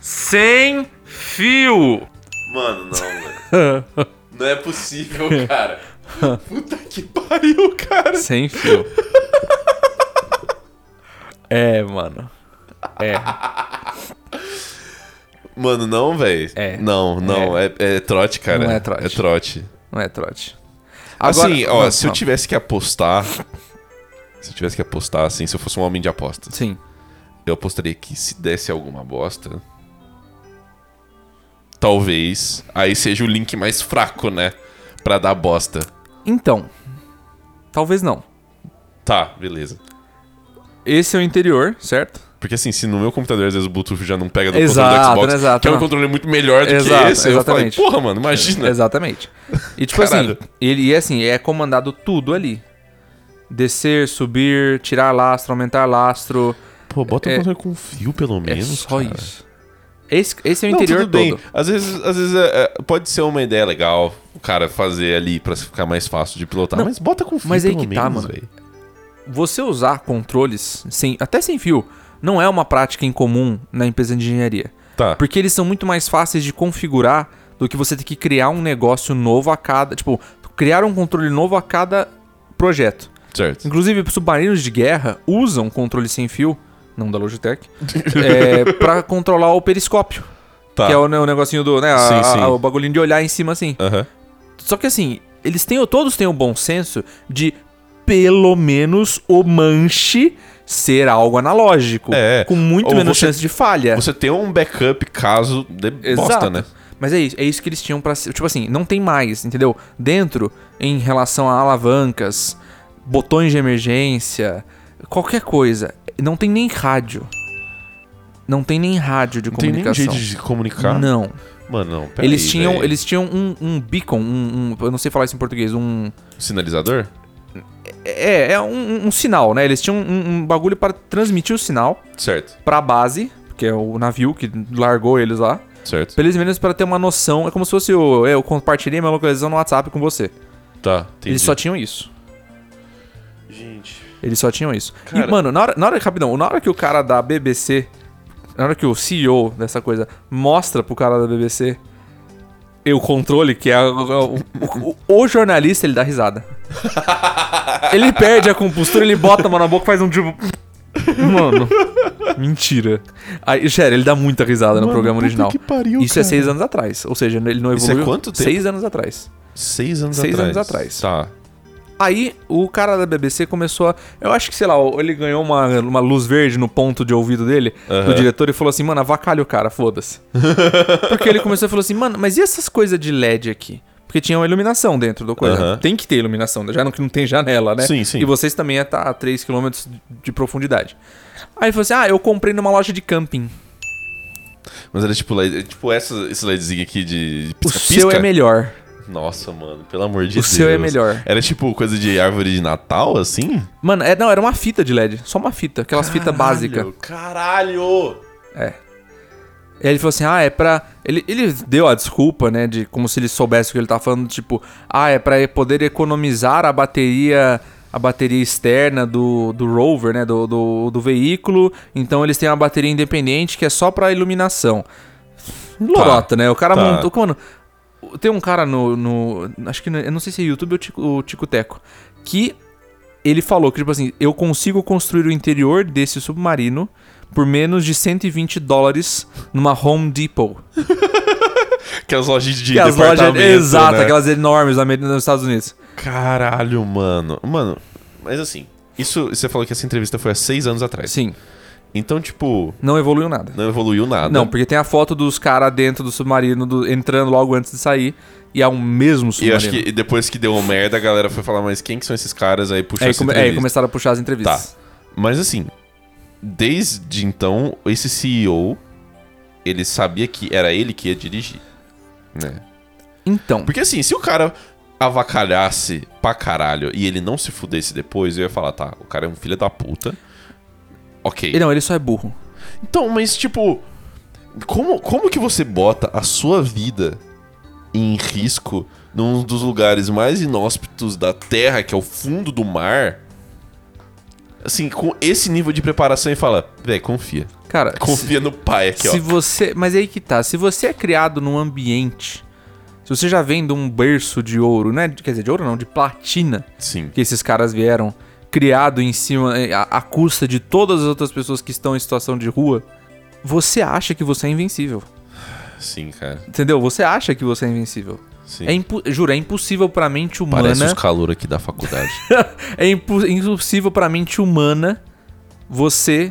Speaker 1: Sem fio!
Speaker 2: Mano, não, velho. Não é possível, cara. Puta que pariu, cara.
Speaker 1: Sem fio. É, mano. É.
Speaker 2: Mano, não, velho.
Speaker 1: É.
Speaker 2: Não, não. É. é trote, cara.
Speaker 1: Não é trote.
Speaker 2: É trote.
Speaker 1: Não é trote.
Speaker 2: assim, ó,
Speaker 1: Não,
Speaker 2: se eu
Speaker 1: não.
Speaker 2: tivesse que apostar. Se eu tivesse que apostar, assim, se eu fosse um homem de apostas,
Speaker 1: Sim.
Speaker 2: eu apostaria que se desse alguma bosta. Talvez. Aí seja o link mais fraco, né? Pra dar bosta.
Speaker 1: Então. Talvez não.
Speaker 2: Tá, beleza.
Speaker 1: Esse é o interior, certo?
Speaker 2: Porque assim, se no meu computador às vezes o Bluetooth já não pega do
Speaker 1: Exato,
Speaker 2: controle do Xbox,
Speaker 1: exato,
Speaker 2: que é um
Speaker 1: não.
Speaker 2: controle muito melhor do
Speaker 1: Exato,
Speaker 2: que esse,
Speaker 1: exatamente.
Speaker 2: eu falei, porra, mano, imagina.
Speaker 1: Exatamente. E tipo
Speaker 2: Caralho.
Speaker 1: assim, ele e assim, é comandado tudo ali. Descer, subir, tirar lastro, aumentar lastro.
Speaker 2: Pô, bota
Speaker 1: É-
Speaker 2: um controle com fio pelo menos,
Speaker 1: é só
Speaker 2: cara.
Speaker 1: isso. Esse, esse é o
Speaker 2: Não,
Speaker 1: interior
Speaker 2: tudo bem.
Speaker 1: todo.
Speaker 2: Às vezes, às vezes é- é- pode ser uma ideia legal o cara fazer ali pra ficar mais fácil de pilotar,
Speaker 1: Não,
Speaker 2: mas bota com fio
Speaker 1: mas aí
Speaker 2: pelo
Speaker 1: que tá,
Speaker 2: menos,
Speaker 1: mano.
Speaker 2: velho.
Speaker 1: Você usar controles sem, até sem fio não é uma prática incomum na empresa de engenharia,
Speaker 2: Tá.
Speaker 1: porque eles são muito mais fáceis de configurar do que você ter que criar um negócio novo a cada, tipo, criar um controle novo a cada projeto.
Speaker 2: Certo.
Speaker 1: Inclusive, submarinos de guerra usam controle sem fio, não da Logitech, é, para controlar o periscópio.
Speaker 2: Tá.
Speaker 1: Que é o, ne- o negocinho do, né? a-
Speaker 2: Sim, sim.
Speaker 1: a- o bagulhinho de olhar em cima assim.
Speaker 2: Aham.
Speaker 1: Só que assim, eles têm, o- todos têm o bom senso de pelo menos o manche ser algo analógico.
Speaker 2: É,
Speaker 1: Com muito
Speaker 2: ou
Speaker 1: menos
Speaker 2: você-
Speaker 1: chance de falha.
Speaker 2: Você tem um backup caso de bosta, né?
Speaker 1: Mas é isso, é isso que eles tinham pra. ser- Tipo assim, não tem mais, entendeu? Dentro, em relação a alavancas, botões de emergência, qualquer coisa. Não tem nem rádio. Não tem nem rádio de
Speaker 2: Não tem nenhum
Speaker 1: comunicação.
Speaker 2: jeito de comunicar.
Speaker 1: Não.
Speaker 2: Mano, não, pera
Speaker 1: Eles
Speaker 2: aí,
Speaker 1: tinham,
Speaker 2: velho.
Speaker 1: eles tinham um, um beacon, um, um- Eu não sei falar isso em português, um.
Speaker 2: Sinalizador?
Speaker 1: É, é um, um sinal, né? Eles tinham um, um bagulho para transmitir o sinal
Speaker 2: Certo.
Speaker 1: pra base, que é o navio que largou eles lá.
Speaker 2: Certo.
Speaker 1: Pelo menos para ter uma noção. É como se fosse o. é, Eu compartilhei minha localização no WhatsApp com você.
Speaker 2: Tá, entendi.
Speaker 1: Eles só tinham isso.
Speaker 2: Gente.
Speaker 1: Eles só tinham isso.
Speaker 2: Cara-
Speaker 1: E, mano, na hora, na hora, rapidão, na hora que o cara da BBC, na hora que o CEO dessa coisa mostra pro cara da BBC e o controle, que é a- o, o- o- o jornalista, ele dá risada. ele perde a compostura, ele bota a mão na boca e faz um tipo. Mano, mentira. Aí, sério, ele dá muita risada no
Speaker 2: Mano,
Speaker 1: programa
Speaker 2: puta
Speaker 1: original.
Speaker 2: que pariu,
Speaker 1: Isso é
Speaker 2: cara.
Speaker 1: seis anos atrás. Ou seja, ele não
Speaker 2: Isso é
Speaker 1: evoluiu.
Speaker 2: quanto tempo?
Speaker 1: Seis anos atrás.
Speaker 2: Seis anos
Speaker 1: Seis
Speaker 2: atrás.
Speaker 1: anos atrás.
Speaker 2: Tá.
Speaker 1: Aí o cara da BBC começou a. Eu acho que, sei lá, ele ganhou uma, uma luz verde no ponto de ouvido dele, do diretor, e falou assim: mano, avacalha o cara, foda-se. Porque ele começou e falou assim: mano, mas e essas coisas de LED aqui? Porque tinha uma iluminação dentro do coisa.
Speaker 2: Aham.
Speaker 1: Tem que ter iluminação, já não, que não tem janela, né?
Speaker 2: Sim, sim.
Speaker 1: E vocês também é tá a 3km de profundidade. Aí ele falou assim: ah, eu comprei numa loja de camping.
Speaker 2: Mas era tipo, LED, tipo essa, esse LEDzinho aqui de
Speaker 1: O
Speaker 2: pisca-pisca.
Speaker 1: seu é melhor.
Speaker 2: Nossa, mano, pelo amor de
Speaker 1: O
Speaker 2: Deus.
Speaker 1: seu é melhor.
Speaker 2: Era tipo coisa de árvore de Natal, assim?
Speaker 1: Mano, é, não, era uma fita de LED. Só uma fita, aquelas fitas básicas.
Speaker 2: Caralho!
Speaker 1: E aí ele falou assim, ah, é pra... Ele, ele deu a desculpa, né, de como se ele soubesse o que ele tava falando, tipo, ah, é pra poder economizar a bateria a bateria externa do, do rover, né, do, do, do veículo, então eles têm uma bateria independente que é só pra iluminação. Lorota, né, o cara
Speaker 2: tá.
Speaker 1: montou... Mano, tem um cara no... no acho que, no- eu não sei se é YouTube ou Tico- o Tico Teco, que ele falou que, tipo assim, eu consigo construir o interior desse submarino por menos de 120 dólares numa Home Depot.
Speaker 2: Aquelas lojas de
Speaker 1: Que é as lojas.
Speaker 2: departamento,
Speaker 1: Exato,
Speaker 2: né?
Speaker 1: aquelas enormes na- nos Estados Unidos.
Speaker 2: Caralho, mano. Mano, mas assim, isso você falou que essa entrevista foi há seis anos atrás.
Speaker 1: Sim,
Speaker 2: Então, tipo,
Speaker 1: não evoluiu nada.
Speaker 2: não evoluiu nada.
Speaker 1: Não, porque tem a foto dos caras dentro do submarino do- entrando logo antes de sair. E é o mesmo
Speaker 2: E eu
Speaker 1: submarino.
Speaker 2: acho que depois que deu uma merda, a galera foi falar, mas quem que são esses caras? Aí puxou
Speaker 1: Aí,
Speaker 2: essa
Speaker 1: come- é,
Speaker 2: entrevista.
Speaker 1: começaram a puxar as entrevistas.
Speaker 2: Mas assim, desde então, esse CEO, ele sabia que era ele que ia dirigir. Né?
Speaker 1: Então,
Speaker 2: Porque assim, se o cara avacalhasse pra caralho e ele não se fudesse depois, eu ia falar, tá, o cara é um filho da puta. Ok.
Speaker 1: ele, não, ele só é burro.
Speaker 2: Então, mas tipo, como, como que você bota a sua vida em risco num dos lugares mais inóspitos da Terra, que é o fundo do mar? Assim, com esse nível de preparação e fala, véi, confia.
Speaker 1: Cara,
Speaker 2: Confia no pai aqui,
Speaker 1: se
Speaker 2: ó.
Speaker 1: você. Mas aí que tá. Se você é criado num ambiente. Se você já vem de um berço de ouro, né? Quer dizer, de ouro não, de platina.
Speaker 2: Sim.
Speaker 1: que esses caras vieram criado em cima, eh, à, à custa de todas as outras pessoas que estão em situação de rua, você acha que você é invencível.
Speaker 2: Sim, cara.
Speaker 1: Entendeu? Você acha que você é invencível.
Speaker 2: Sim.
Speaker 1: É né? impo- Juro, é impossível pra mente humana.
Speaker 2: Parece os calor aqui da faculdade.
Speaker 1: é impo- impossível pra mente humana você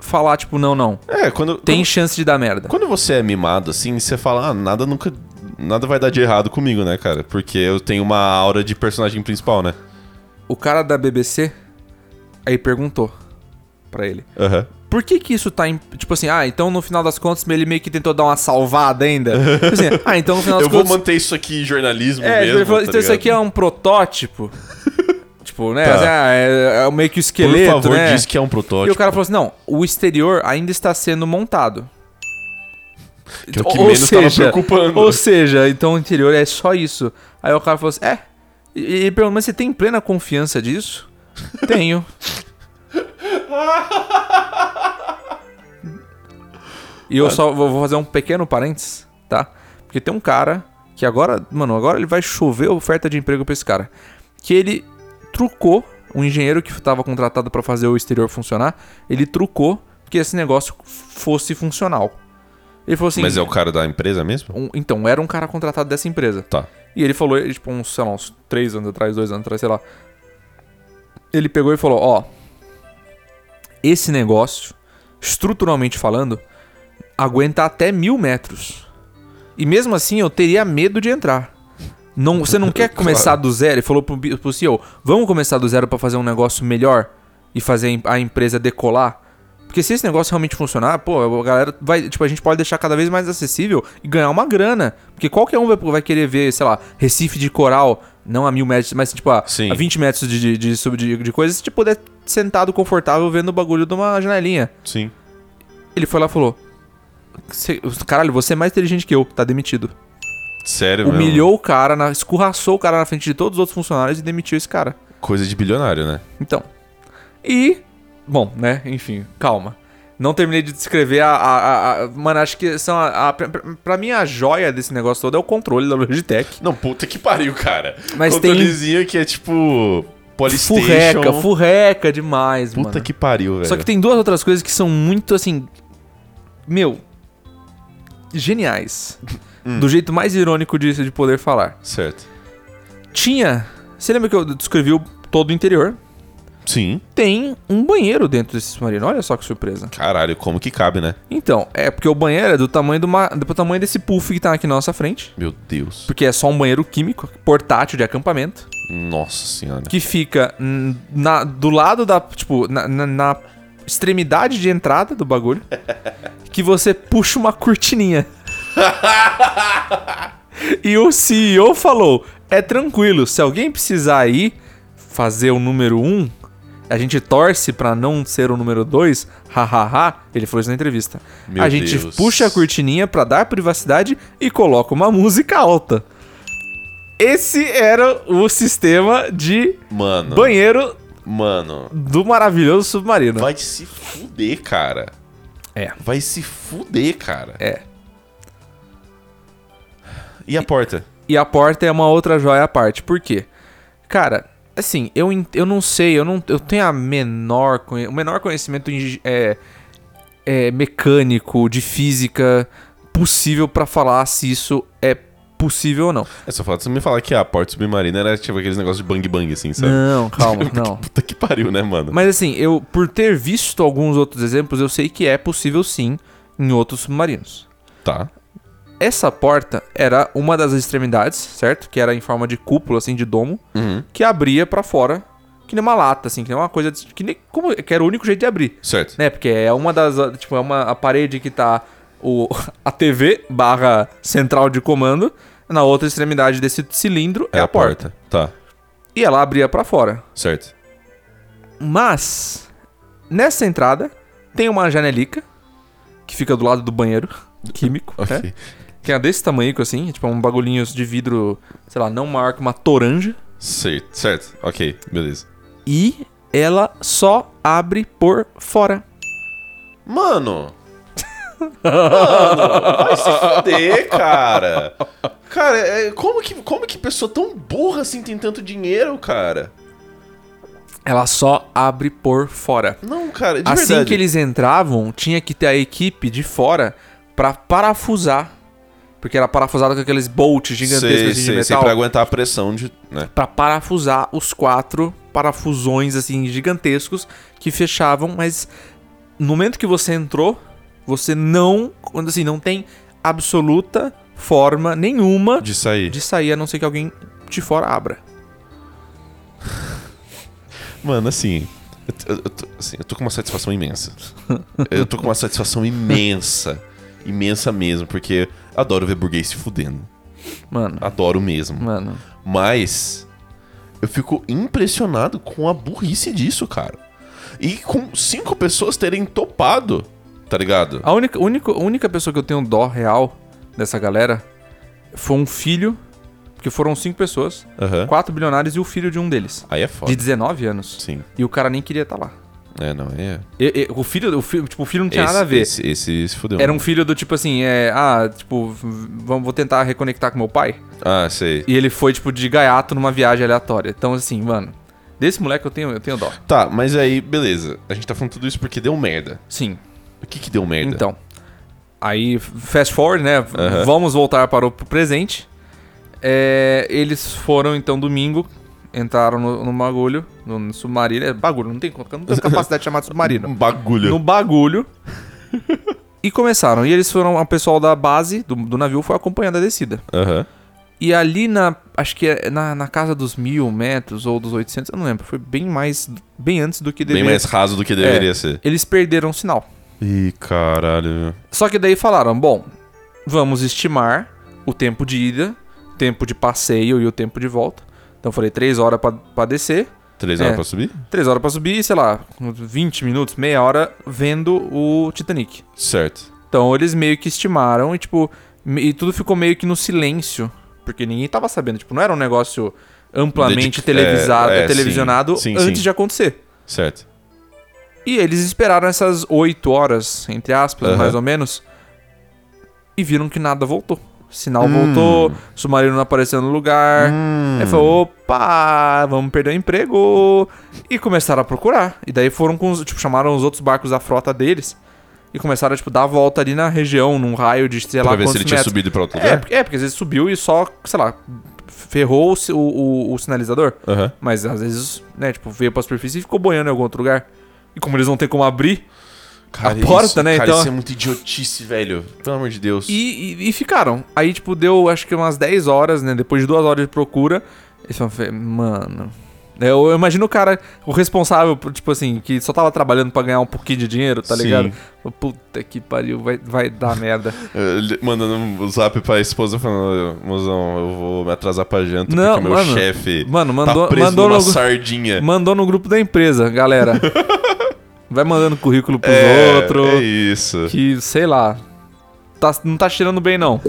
Speaker 1: falar, tipo, não, não.
Speaker 2: é, quando.
Speaker 1: Tem chance de dar merda.
Speaker 2: Quando você é mimado assim, você fala, ah, nada nunca. Nada vai dar de errado comigo, né, cara? Porque eu tenho uma aura de personagem principal, né?
Speaker 1: O cara da BBC aí perguntou pra ele.
Speaker 2: Aham.
Speaker 1: Por que que isso tá em... Tipo assim, ah, então no final das contas ele meio que tentou dar uma salvada ainda. Tipo assim, ah, então no final das
Speaker 2: Eu vou
Speaker 1: contas...
Speaker 2: manter isso aqui em jornalismo
Speaker 1: É,
Speaker 2: mesmo.
Speaker 1: ele falou,
Speaker 2: tá
Speaker 1: então isso
Speaker 2: ligado?
Speaker 1: aqui é um protótipo. tipo, né?
Speaker 2: Tá.
Speaker 1: assim, ah, é, é meio que o
Speaker 2: Por
Speaker 1: esqueleto,
Speaker 2: favor,
Speaker 1: né?
Speaker 2: diz que é um
Speaker 1: E o
Speaker 2: protótipo.
Speaker 1: cara falou assim, não, o exterior ainda está sendo montado.
Speaker 2: Que é o que menos tava preocupando.
Speaker 1: Ou seja, então o interior é só isso. Aí o cara falou assim, é. E e ele perguntou, mas você tem plena confiança disso? Tenho. e
Speaker 2: Tá.
Speaker 1: eu só vou vou fazer um pequeno parênteses, tá? Porque tem um cara que agora, mano, agora ele vai chover oferta de emprego pra esse cara. Que ele trucou um engenheiro que tava contratado pra fazer o exterior funcionar, ele trucou que esse negócio fosse funcional. Ele falou assim,
Speaker 2: Mas é o cara da empresa mesmo?
Speaker 1: um- então, era um cara contratado dessa empresa.
Speaker 2: Tá.
Speaker 1: E ele falou, ele, tipo, uns, sei lá, uns três anos atrás, dois anos atrás, sei lá. Ele pegou e falou, ó. Esse negócio, estruturalmente falando, aguenta até mil metros. E mesmo assim eu teria medo de entrar. Não, você não quer começar do zero? Ele falou pro, bi- pro CEO, vamos começar do zero pra fazer um negócio melhor e fazer a em- a empresa decolar? Porque se esse negócio realmente funcionar, pô, a galera vai. Tipo, a gente pode deixar cada vez mais acessível e ganhar uma grana. Porque qualquer um vai, vai querer ver, sei lá, Recife de coral, não a mil metros, mas tipo a,
Speaker 2: Sim.
Speaker 1: a 20 metros de, de, de, sub- de, de coisa, se tipo, puder sentado confortável vendo o bagulho de uma janelinha.
Speaker 2: Sim.
Speaker 1: Ele foi lá e falou: Cê- Caralho, você é mais inteligente que eu, tá demitido.
Speaker 2: Sério, É mesmo.
Speaker 1: Humilhou o cara, na- escorraçou o cara na frente de todos os outros funcionários e demitiu esse cara.
Speaker 2: Coisa de bilionário, né?
Speaker 1: Então. E. Bom, né? Enfim, calma. Não terminei de descrever a. a, a- a- mano, acho que são. A, a, pra, pra mim, a joia desse negócio todo é o controle da Logitech.
Speaker 2: Não, puta que pariu, cara.
Speaker 1: Mas tem-
Speaker 2: Controlezinho que é tipo. Polystation.
Speaker 1: Furreca, furreca demais,
Speaker 2: Puta
Speaker 1: mano.
Speaker 2: que pariu, velho.
Speaker 1: Só que tem duas outras coisas que são muito assim. Meu. Geniais.
Speaker 2: Hum.
Speaker 1: Do jeito mais irônico disso de poder falar.
Speaker 2: Certo.
Speaker 1: Tinha. Você lembra que eu descrevi o- todo o interior?
Speaker 2: Sim.
Speaker 1: Tem um banheiro dentro desse submarino. Olha só que surpresa.
Speaker 2: Caralho, como que cabe, né?
Speaker 1: Então, é porque o banheiro é do tamanho do, ma- do tamanho desse puff que tá aqui na nossa frente.
Speaker 2: Meu Deus.
Speaker 1: Porque é só um banheiro químico, portátil de acampamento,
Speaker 2: Nossa senhora.
Speaker 1: que fica hum, na, do lado da. Tipo, na, na- na extremidade de entrada do bagulho. que você puxa uma cortininha. e o CEO falou: é tranquilo, se alguém precisar ir fazer o número um, a gente torce pra não ser o número dois, hahaha. Ele falou isso na entrevista.
Speaker 2: Meu
Speaker 1: a gente
Speaker 2: Deus.
Speaker 1: puxa a cortininha pra dar privacidade e coloca uma música alta. Esse era o sistema de
Speaker 2: Mano.
Speaker 1: banheiro
Speaker 2: Mano.
Speaker 1: do maravilhoso submarino.
Speaker 2: Vai se fuder, cara.
Speaker 1: É.
Speaker 2: Vai se fuder, cara.
Speaker 1: É.
Speaker 2: E a porta?
Speaker 1: E a porta é uma outra joia à parte. Por quê? Cara, assim, eu, en- eu não sei, eu não eu tenho a menor conhe- o menor conhecimento em- é, é, mecânico, de física possível pra falar se isso é possível ou não.
Speaker 2: É só falta você me falar que a porta submarina era tipo aqueles negócios de bang bang, assim, sabe?
Speaker 1: Não, calma, não.
Speaker 2: Puta que pariu, né, mano?
Speaker 1: Mas assim, eu por ter visto alguns outros exemplos, eu sei que é possível sim em outros submarinos.
Speaker 2: Tá.
Speaker 1: Essa porta era uma das extremidades, certo? Que era em forma de cúpula assim de domo.
Speaker 2: Uhum.
Speaker 1: que abria pra fora, que nem uma lata, assim, que nem uma coisa de- que nem como que era o único jeito de abrir,
Speaker 2: Certo.
Speaker 1: né? Porque é uma das ah, tipo é uma a parede que tá o a TV barra central de comando na outra extremidade desse cilindro é, a porta.
Speaker 2: Tá.
Speaker 1: e ela abria pra fora.
Speaker 2: Certo.
Speaker 1: Mas nessa entrada tem uma janelica que fica do lado do banheiro químico,
Speaker 2: Ok.
Speaker 1: né? Que é desse tamanho assim, tipo é um bagulhinho de vidro, sei lá, não maior que uma toranja.
Speaker 2: Certo. Certo. Ok. Beleza.
Speaker 1: e ela só abre por fora.
Speaker 2: Mano. Mano, vai se fuder, cara. Cara, é- como que, como que pessoa tão burra assim tem tanto dinheiro, cara?
Speaker 1: Ela só abre por fora.
Speaker 2: Não, cara, de
Speaker 1: assim
Speaker 2: verdade.
Speaker 1: que eles entravam, tinha que ter a equipe de fora pra parafusar. Porque era parafusado com aqueles bolts gigantescos
Speaker 2: sei,
Speaker 1: assim,
Speaker 2: sei,
Speaker 1: de
Speaker 2: sei,
Speaker 1: metal.
Speaker 2: pra
Speaker 1: Pra...
Speaker 2: aguentar a pressão de... Né?
Speaker 1: parafusar os quatro parafusões assim gigantescos que fechavam, mas no momento que você entrou, você não, quando assim, não tem absoluta forma nenhuma
Speaker 2: De sair.
Speaker 1: de sair a não ser que alguém de fora abra.
Speaker 2: Mano, assim eu, t- eu- eu tô- assim, eu tô com uma satisfação imensa. Eu tô com uma satisfação imensa. Imensa mesmo, porque adoro ver burguês se fudendo.
Speaker 1: Mano,
Speaker 2: Adoro mesmo.
Speaker 1: mano.
Speaker 2: Mas eu fico impressionado com a burrice disso, cara. E com cinco pessoas terem topado, tá ligado?
Speaker 1: A única, único- única pessoa que eu tenho dó real dessa galera foi um filho, porque foram cinco pessoas,
Speaker 2: Aham.
Speaker 1: quatro bilionários e o filho de um deles,
Speaker 2: Aí é
Speaker 1: de
Speaker 2: foda.
Speaker 1: 19 anos.
Speaker 2: Sim.
Speaker 1: E o cara nem queria estar lá.
Speaker 2: É, não, é.
Speaker 1: E- e- o filho, o filho, tipo, o filho não tinha
Speaker 2: esse,
Speaker 1: nada a ver.
Speaker 2: Esse, esse se fudeu.
Speaker 1: Era um filho do tipo assim, é, ah, tipo, v- vamos- vou tentar reconectar com meu pai.
Speaker 2: Ah, sei.
Speaker 1: E ele foi tipo de gaiato numa viagem aleatória. Então assim, mano, desse moleque eu tenho, eu tenho dó.
Speaker 2: Tá, mas aí, beleza. A gente tá falando tudo isso porque deu merda.
Speaker 1: Sim.
Speaker 2: O que que deu merda?
Speaker 1: Então, aí fast forward, né?
Speaker 2: Aham.
Speaker 1: Vamos voltar para o presente. É, eles foram então domingo, entraram no, no bagulho, no, no submarino. É bagulho, não tem, não tem capacidade de chamar de submarino.
Speaker 2: Um bagulho.
Speaker 1: No bagulho. e começaram. E eles foram, o pessoal da base do, do navio foi acompanhando a descida.
Speaker 2: Aham.
Speaker 1: E ali na, acho que é na, na casa dos mil metros ou dos 800, eu não lembro. Foi bem mais, bem antes do que
Speaker 2: Bem
Speaker 1: deveria.
Speaker 2: mais raso do que É. deveria ser.
Speaker 1: Eles perderam o sinal.
Speaker 2: Ih, caralho.
Speaker 1: Só que daí falaram, bom, vamos estimar o tempo de ida, o tempo de passeio e o tempo de volta. Então eu falei 3 horas pra- pra descer,
Speaker 2: Três
Speaker 1: É.
Speaker 2: horas pra subir?
Speaker 1: 3 horas pra subir e, sei lá, uns 20 minutos, meia hora vendo o Titanic.
Speaker 2: Certo.
Speaker 1: Então eles meio que estimaram e, tipo, me- e tudo ficou meio que no silêncio. Porque ninguém tava sabendo. Tipo, não era um negócio amplamente
Speaker 2: Dedica-
Speaker 1: televisado,
Speaker 2: é, é, sim.
Speaker 1: televisionado
Speaker 2: Sim,
Speaker 1: antes
Speaker 2: sim.
Speaker 1: de acontecer.
Speaker 2: Certo.
Speaker 1: E eles esperaram essas 8 horas, entre aspas,
Speaker 2: Aham.
Speaker 1: mais ou menos, e viram que nada voltou. Sinal
Speaker 2: Hum.
Speaker 1: voltou, submarino não apareceu no
Speaker 2: É.
Speaker 1: lugar. Aí falou, opa, vamos perder o emprego. E começaram a procurar. E daí foram com os, tipo, chamaram os outros barcos da frota deles e começaram a, tipo, dar a volta ali na região, num raio de, sei lá,
Speaker 2: pra ver se
Speaker 1: quantos
Speaker 2: ele tinha
Speaker 1: metros.
Speaker 2: subido né? pra outro
Speaker 1: É,
Speaker 2: lugar.
Speaker 1: porque, é, porque às vezes subiu e só, sei lá, ferrou o si- o- o- o sinalizador.
Speaker 2: Aham.
Speaker 1: Mas às vezes, né, tipo, veio pra superfície e ficou boiando em algum outro lugar. E como eles não têm como abrir,
Speaker 2: Cara,
Speaker 1: porta,
Speaker 2: isso,
Speaker 1: né,
Speaker 2: Cara,
Speaker 1: então-
Speaker 2: isso é muito idiotice, velho. Pelo amor de Deus.
Speaker 1: e, e- e ficaram. Aí, tipo, deu acho que umas 10 horas, né? Depois de duas horas de procura, eles falaram, "Fe- mano. Eu, eu imagino o cara, o responsável, por, tipo assim, que só tava trabalhando pra ganhar um pouquinho de dinheiro, tá
Speaker 2: Sim.
Speaker 1: ligado? Puta que pariu, vai, vai dar merda.
Speaker 2: Eh, ele Mandando um zap pra esposa falando, mozão, eu vou me atrasar pra janta
Speaker 1: Não,
Speaker 2: porque
Speaker 1: mano.
Speaker 2: meu chefe
Speaker 1: Mano, mandou,
Speaker 2: tá preso
Speaker 1: mandou,
Speaker 2: numa
Speaker 1: no, gru-
Speaker 2: sardinha.
Speaker 1: mandou no grupo da empresa, galera. vai mandando currículo pros
Speaker 2: é,
Speaker 1: outros.
Speaker 2: é isso.
Speaker 1: que, sei lá, tá- não tá cheirando bem, não.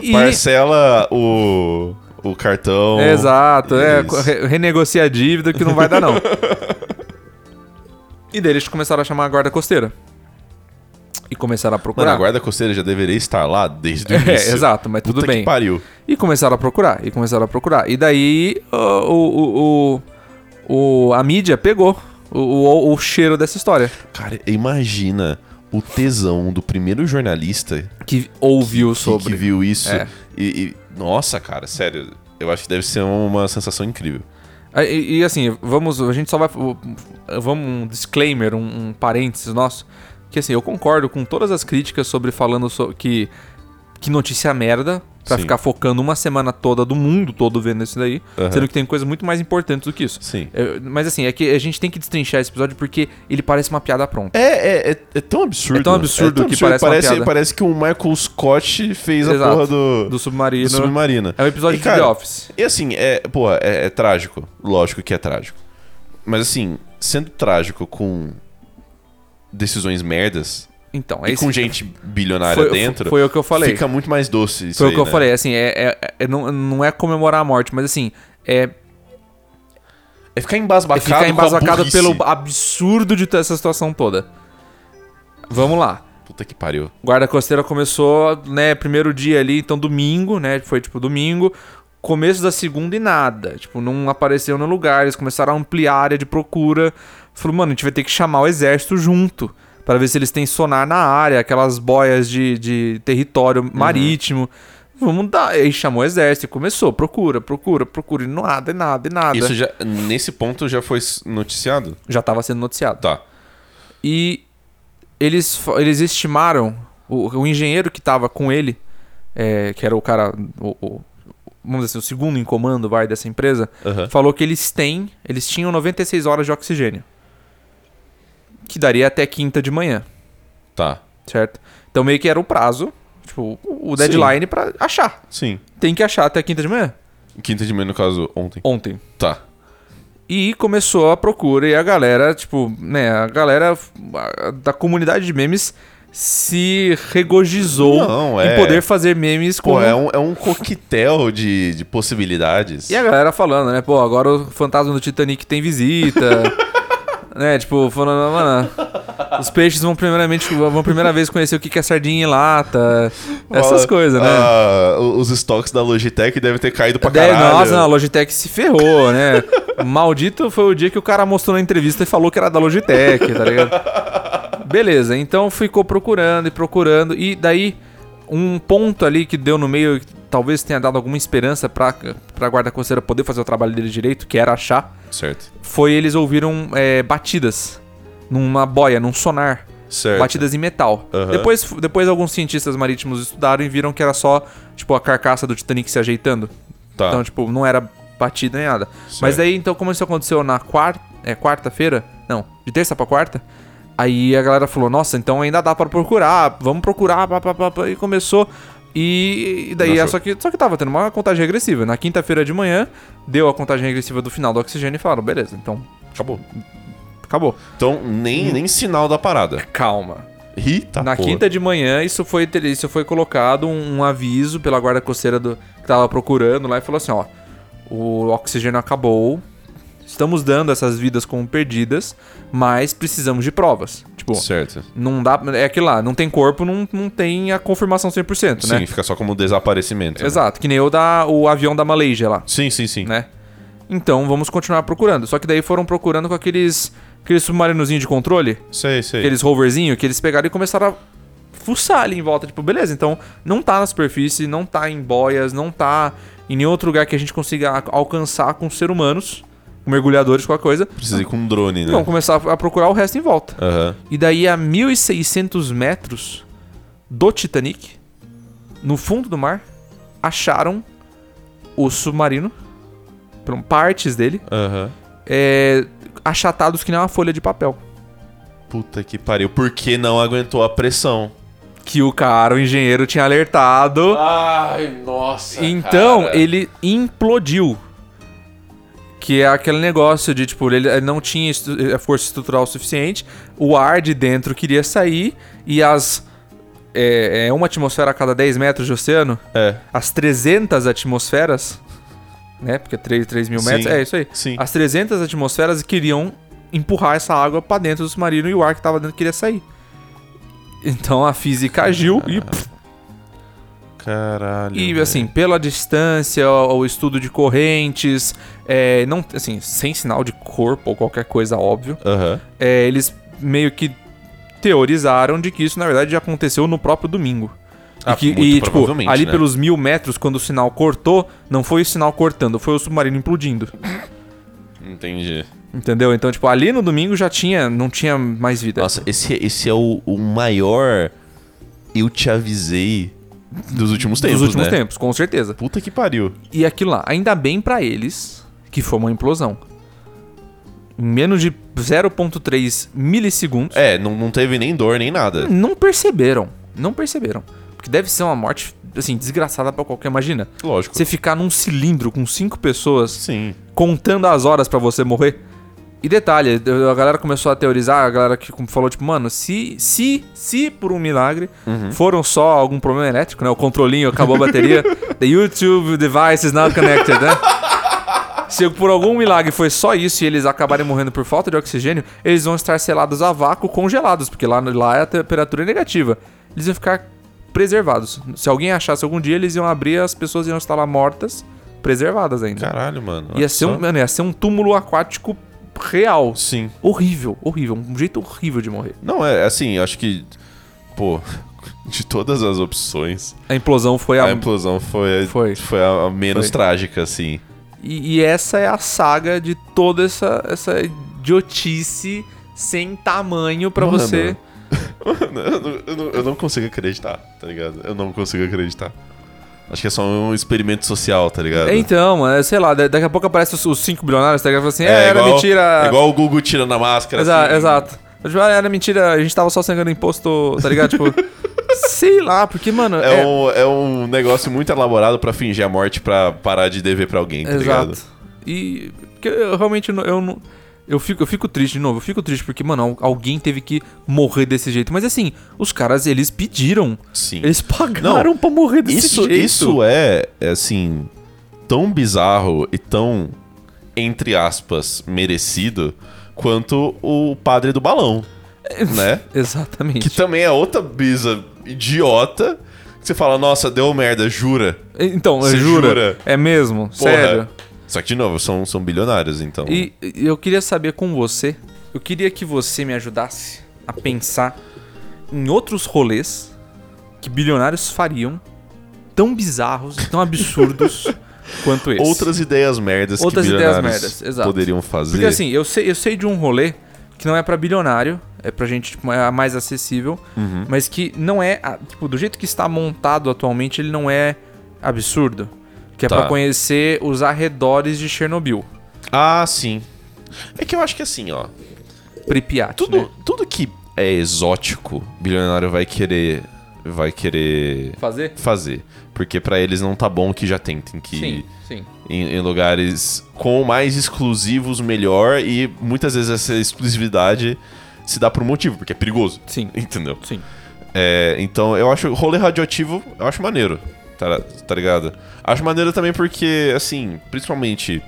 Speaker 1: E-
Speaker 2: Parcela o, o cartão.
Speaker 1: Exato, é,
Speaker 2: Isso.
Speaker 1: re- renegocia a dívida que não vai dar, não. e daí eles começaram a chamar a guarda costeira. E começaram a procurar.
Speaker 2: Mano, a guarda costeira já deveria estar lá desde o
Speaker 1: É,
Speaker 2: início.
Speaker 1: exato, mas tudo
Speaker 2: Puta
Speaker 1: bem.
Speaker 2: que pariu.
Speaker 1: E começaram a procurar, e começaram a procurar. E daí o, o, o- o- a mídia pegou o, o- o cheiro dessa história.
Speaker 2: Cara, imagina o tesão do primeiro jornalista
Speaker 1: Que ouviu
Speaker 2: que-
Speaker 1: sobre.
Speaker 2: que viu isso.
Speaker 1: É.
Speaker 2: E, e- nossa, cara, sério. Eu acho que deve ser uma sensação incrível.
Speaker 1: Ah, E, e, assim, vamos. A gente só vai. Vamos um disclaimer, um, um parênteses nosso. Que assim, eu concordo com todas as críticas sobre falando so- que. Que notícia merda. Pra
Speaker 2: Sim.
Speaker 1: ficar focando uma semana toda do mundo todo vendo isso daí.
Speaker 2: Aham.
Speaker 1: Sendo que tem coisa muito mais importante do que isso.
Speaker 2: Sim.
Speaker 1: É, mas assim, é que a gente tem que destrinchar esse episódio porque ele parece uma piada pronta.
Speaker 2: É, é, é, é tão absurdo.
Speaker 1: É tão absurdo que parece uma
Speaker 2: parece,
Speaker 1: piada.
Speaker 2: parece que o Michael Scott fez
Speaker 1: Exato.
Speaker 2: a porra do,
Speaker 1: Do submarino.
Speaker 2: do Submarina.
Speaker 1: É um episódio
Speaker 2: E,
Speaker 1: de The
Speaker 2: cara,
Speaker 1: Office.
Speaker 2: E assim, é, porra, é, é trágico. Lógico que é trágico. Mas assim, sendo trágico com decisões merdas
Speaker 1: Então, é
Speaker 2: e
Speaker 1: isso.
Speaker 2: com gente bilionária
Speaker 1: foi,
Speaker 2: dentro,
Speaker 1: Foi o que eu falei.
Speaker 2: fica muito mais doce isso
Speaker 1: Foi
Speaker 2: aí,
Speaker 1: o que eu
Speaker 2: né?
Speaker 1: falei, assim, é, é- é- não, não é comemorar a morte, mas assim, é
Speaker 2: É ficar embasbacado,
Speaker 1: ficar embasbacado
Speaker 2: com a burrice.
Speaker 1: pelo absurdo de ter essa situação toda. Vamos lá.
Speaker 2: Puta que pariu.
Speaker 1: Guarda Costeira começou, né, primeiro dia ali, então domingo, né, foi tipo domingo, começo da segunda e nada, tipo, não apareceu no lugar, eles começaram a ampliar a área de procura, falou, mano, a gente vai ter que chamar o exército junto, pra ver se eles têm sonar na área, aquelas boias de, de
Speaker 2: Uhum.
Speaker 1: território marítimo, vamos dar, aí chamou o exército e começou, procura, procura, procura, e nada, e nada, e nada,
Speaker 2: Isso já, nesse ponto já foi noticiado?
Speaker 1: já tava sendo noticiado.
Speaker 2: Tá.
Speaker 1: E eles, fa- eles estimaram, o, o engenheiro que tava com ele, é, que era o cara, o, o- vamos dizer assim, o segundo em comando vai, dessa empresa,
Speaker 2: Aham.
Speaker 1: falou que eles têm, eles tinham 96 horas de oxigênio. Que daria até quinta de manhã,
Speaker 2: Tá.
Speaker 1: certo? Então meio que era o prazo, tipo, o o deadline pra achar.
Speaker 2: Sim.
Speaker 1: Tem que achar até quinta de manhã,
Speaker 2: Quinta de meio, no caso, ontem.
Speaker 1: ontem.
Speaker 2: Tá.
Speaker 1: E começou a procura e a galera, tipo, né, a galera f- a- da comunidade de memes se regozijou
Speaker 2: Não,
Speaker 1: em
Speaker 2: é-
Speaker 1: poder fazer memes com.
Speaker 2: Pô, é um, é um coquetel de, de possibilidades.
Speaker 1: E a galera falando, né, pô, agora o fantasma do Titanic tem visita. né, tipo, falando, mano, os peixes vão primeiramente, vão primeira vez conhecer o que que é sardinha em lata, essas
Speaker 2: Fala,
Speaker 1: coisas, né?
Speaker 2: ah, os estoques da Logitech devem ter caído pra
Speaker 1: Deve-
Speaker 2: caralho.
Speaker 1: nossa, não, a Logitech se ferrou, né? Maldito foi o dia que o cara mostrou na entrevista e falou que era da Logitech, tá ligado? Beleza, então ficou procurando e procurando. E daí, um ponto ali que deu no meio, que talvez tenha dado alguma esperança pra, pra guarda costeira poder fazer o trabalho dele direito, que era achar,
Speaker 2: Certo.
Speaker 1: foi eles ouviram é, batidas numa boia, num sonar.
Speaker 2: Certo.
Speaker 1: Batidas em metal.
Speaker 2: Aham.
Speaker 1: Depois, depois alguns cientistas marítimos estudaram e viram que era só, tipo, a carcaça do Titanic se ajeitando.
Speaker 2: Tá.
Speaker 1: Então, tipo, não era batida nem nada. Mas daí, então, como isso aconteceu na quarta, é, quarta-feira? Não, de terça pra quarta. Aí a galera falou, nossa, então ainda dá pra procurar, vamos procurar, pá, pá, pá, pá, e começou. E e daí,
Speaker 2: Não
Speaker 1: é,
Speaker 2: achou.
Speaker 1: só, que, só que tava tendo uma contagem regressiva. Na quinta-feira de manhã, deu a contagem regressiva do final do oxigênio e falaram, beleza, então
Speaker 2: acabou.
Speaker 1: acabou. Hum.
Speaker 2: Então, nem, nem sinal da parada. é
Speaker 1: Calma.
Speaker 2: Rita,
Speaker 1: Na
Speaker 2: porra.
Speaker 1: quinta de manhã, isso foi, tele- isso foi colocado um, um aviso pela guarda costeira do, que tava procurando lá e falou assim, ó, o oxigênio acabou, estamos dando essas vidas como perdidas, mas precisamos de provas. Tipo,
Speaker 2: Certo.
Speaker 1: não dá, é aquilo lá, não tem corpo, não, não tem a confirmação 100%,
Speaker 2: Sim,
Speaker 1: né?
Speaker 2: fica só como desaparecimento. né?
Speaker 1: Exato, que nem o, da, o avião da Malaysia lá
Speaker 2: Sim, sim, sim.
Speaker 1: né? Então vamos continuar procurando. Só que daí foram procurando com aqueles, aqueles submarinozinhos de controle,
Speaker 2: Sei, sei.
Speaker 1: aqueles roverzinhos, que eles pegaram e começaram a fuçar ali em volta. Tipo, beleza, então não tá na superfície, não tá em boias, não tá em nenhum outro lugar que a gente consiga a- alcançar com ser humanos, com mergulhadores, qualquer coisa.
Speaker 2: Precisa ir com um drone, né?
Speaker 1: Vamos começar a procurar o resto em volta.
Speaker 2: Aham.
Speaker 1: E daí a 1600 metros do Titanic, no fundo do mar, acharam o submarino, pronto, partes dele,
Speaker 2: Aham.
Speaker 1: é, achatados que nem uma folha de papel.
Speaker 2: Puta que pariu. Por que não aguentou a pressão?
Speaker 1: Que o cara, o engenheiro, tinha alertado.
Speaker 2: Ai, nossa.
Speaker 1: então ele implodiu. Que é aquele negócio de, tipo, ele ele não tinha estu- eh, força estrutural suficiente, o ar de dentro queria sair e as. É, é uma atmosfera a cada 10 metros de oceano?
Speaker 2: É.
Speaker 1: As 300 atmosferas, né? Porque 3, 3 mil
Speaker 2: Sim.
Speaker 1: metros, é isso aí.
Speaker 2: Sim.
Speaker 1: As 300 atmosferas queriam empurrar essa água pra dentro do submarino e o ar que tava dentro queria sair. Então a física agiu e, pff,
Speaker 2: Caralho.
Speaker 1: e
Speaker 2: velho.
Speaker 1: assim, pela distância, o o estudo de correntes, é, não, assim, sem sinal de corpo ou qualquer coisa, óbvio,
Speaker 2: Aham.
Speaker 1: é, eles meio que teorizaram de que isso, na verdade, já aconteceu no próprio domingo.
Speaker 2: Ah,
Speaker 1: e que,
Speaker 2: muito
Speaker 1: e, tipo,
Speaker 2: provavelmente,
Speaker 1: ali
Speaker 2: né?
Speaker 1: pelos mil metros, quando o sinal cortou, não foi o sinal cortando, foi o submarino implodindo.
Speaker 2: Entendi.
Speaker 1: Entendeu? Então, tipo, ali no domingo já tinha, não tinha mais vida.
Speaker 2: Nossa, esse, esse é o, o maior eu te avisei dos últimos tempos,
Speaker 1: dos últimos
Speaker 2: né?
Speaker 1: tempos, com certeza.
Speaker 2: Puta que pariu.
Speaker 1: E aquilo lá, ainda bem pra eles que foi uma implosão. Em menos de 0.3 milissegundos,
Speaker 2: É, não, não teve nem dor, nem nada.
Speaker 1: não perceberam. Não perceberam. Porque deve ser uma morte, assim, desgraçada pra qualquer. Imagina,
Speaker 2: Lógico.
Speaker 1: você ficar num cilindro com cinco pessoas
Speaker 2: Sim.
Speaker 1: contando as horas pra você morrer. E detalhe, a galera começou a teorizar, a galera que falou, tipo, mano, se, se, se por um milagre foram só algum problema elétrico, né? O controlinho acabou a bateria. The YouTube device is not connected, né? Se por algum milagre foi só isso e eles acabarem morrendo por falta de oxigênio, eles vão estar selados a vácuo, congelados, porque lá, lá a temperatura é negativa. Eles iam ficar preservados. Se alguém achasse algum dia, eles iam abrir, as pessoas iam estar lá mortas, preservadas ainda.
Speaker 2: Caralho, mano. olha
Speaker 1: Ia ser, um,
Speaker 2: só.
Speaker 1: mano, ia ser um túmulo aquático real.
Speaker 2: Sim.
Speaker 1: Horrível, horrível. Um jeito horrível de morrer.
Speaker 2: Não, é assim, eu acho que. Pô, de todas as opções,
Speaker 1: A implosão foi É a.
Speaker 2: a implosão foi, a-
Speaker 1: Foi.
Speaker 2: foi a a menos
Speaker 1: Foi.
Speaker 2: trágica, assim.
Speaker 1: E, e essa é a saga de toda essa, essa idiotice sem tamanho pra
Speaker 2: Mano.
Speaker 1: você.
Speaker 2: Mano, eu não, eu não- eu não consigo acreditar, tá ligado? Eu não consigo acreditar. Acho que é só um experimento social, tá ligado?
Speaker 1: Então, mano, sei lá, da- daqui a pouco aparece os, os cinco bilionários, tá ligado? Fala assim, é, era
Speaker 2: igual,
Speaker 1: mentira.
Speaker 2: é Igual o Gugu tirando a máscara.
Speaker 1: Exa-
Speaker 2: assim.
Speaker 1: Exato. Eu, Tipo, ah, era mentira, a gente tava só sangrando imposto, tá ligado? Tipo, sei lá, porque, mano.
Speaker 2: É, Um, é um negócio muito elaborado pra fingir a morte pra parar de dever pra alguém, tá ligado?
Speaker 1: E porque eu realmente não- eu não eu fico, eu fico triste de novo, eu fico triste porque, mano, al- alguém teve que morrer desse jeito. Mas assim, os caras, eles pediram.
Speaker 2: Sim.
Speaker 1: Eles pagaram pra morrer desse
Speaker 2: Isso,
Speaker 1: jeito.
Speaker 2: isso é, é, assim, tão bizarro e tão, entre aspas, merecido quanto o padre do balão, né? Que
Speaker 1: Exatamente.
Speaker 2: também é outra brisa idiota. Que você fala, nossa, deu merda, jura.
Speaker 1: Então,
Speaker 2: Você
Speaker 1: jura?
Speaker 2: jura?
Speaker 1: É mesmo,
Speaker 2: Porra.
Speaker 1: sério.
Speaker 2: Só que, de novo, são, são bilionários, então.
Speaker 1: E e eu queria saber com você, eu queria que você me ajudasse a pensar em outros rolês que bilionários fariam tão bizarros, e tão absurdos quanto esse.
Speaker 2: Outras ideias merdas
Speaker 1: Outras
Speaker 2: que
Speaker 1: ideias
Speaker 2: bilionários
Speaker 1: merdas, exato.
Speaker 2: poderiam fazer.
Speaker 1: Porque assim, eu sei, eu sei de um rolê que não é pra bilionário, é pra gente tipo, é mais acessível,
Speaker 2: Uhum.
Speaker 1: mas que não é, a- tipo, do jeito que está montado atualmente, ele não é absurdo. Que é
Speaker 2: Tá.
Speaker 1: pra conhecer os arredores de Chernobyl.
Speaker 2: Ah, sim. É que eu acho que assim, ó.
Speaker 1: Pripyat,
Speaker 2: Tudo,
Speaker 1: né?
Speaker 2: tudo que é exótico, bilionário vai querer. Vai querer
Speaker 1: Fazer?
Speaker 2: fazer. Porque pra eles não tá bom o que já tem. Tem que
Speaker 1: Sim,
Speaker 2: ir
Speaker 1: sim.
Speaker 2: em, em lugares com mais exclusivos melhor. E muitas vezes essa exclusividade se dá por um motivo, porque é perigoso.
Speaker 1: Sim.
Speaker 2: Entendeu?
Speaker 1: Sim.
Speaker 2: É, então eu acho rolê radioativo, eu acho maneiro, tá, tá ligado? Acho maneiro também porque, assim, principalmente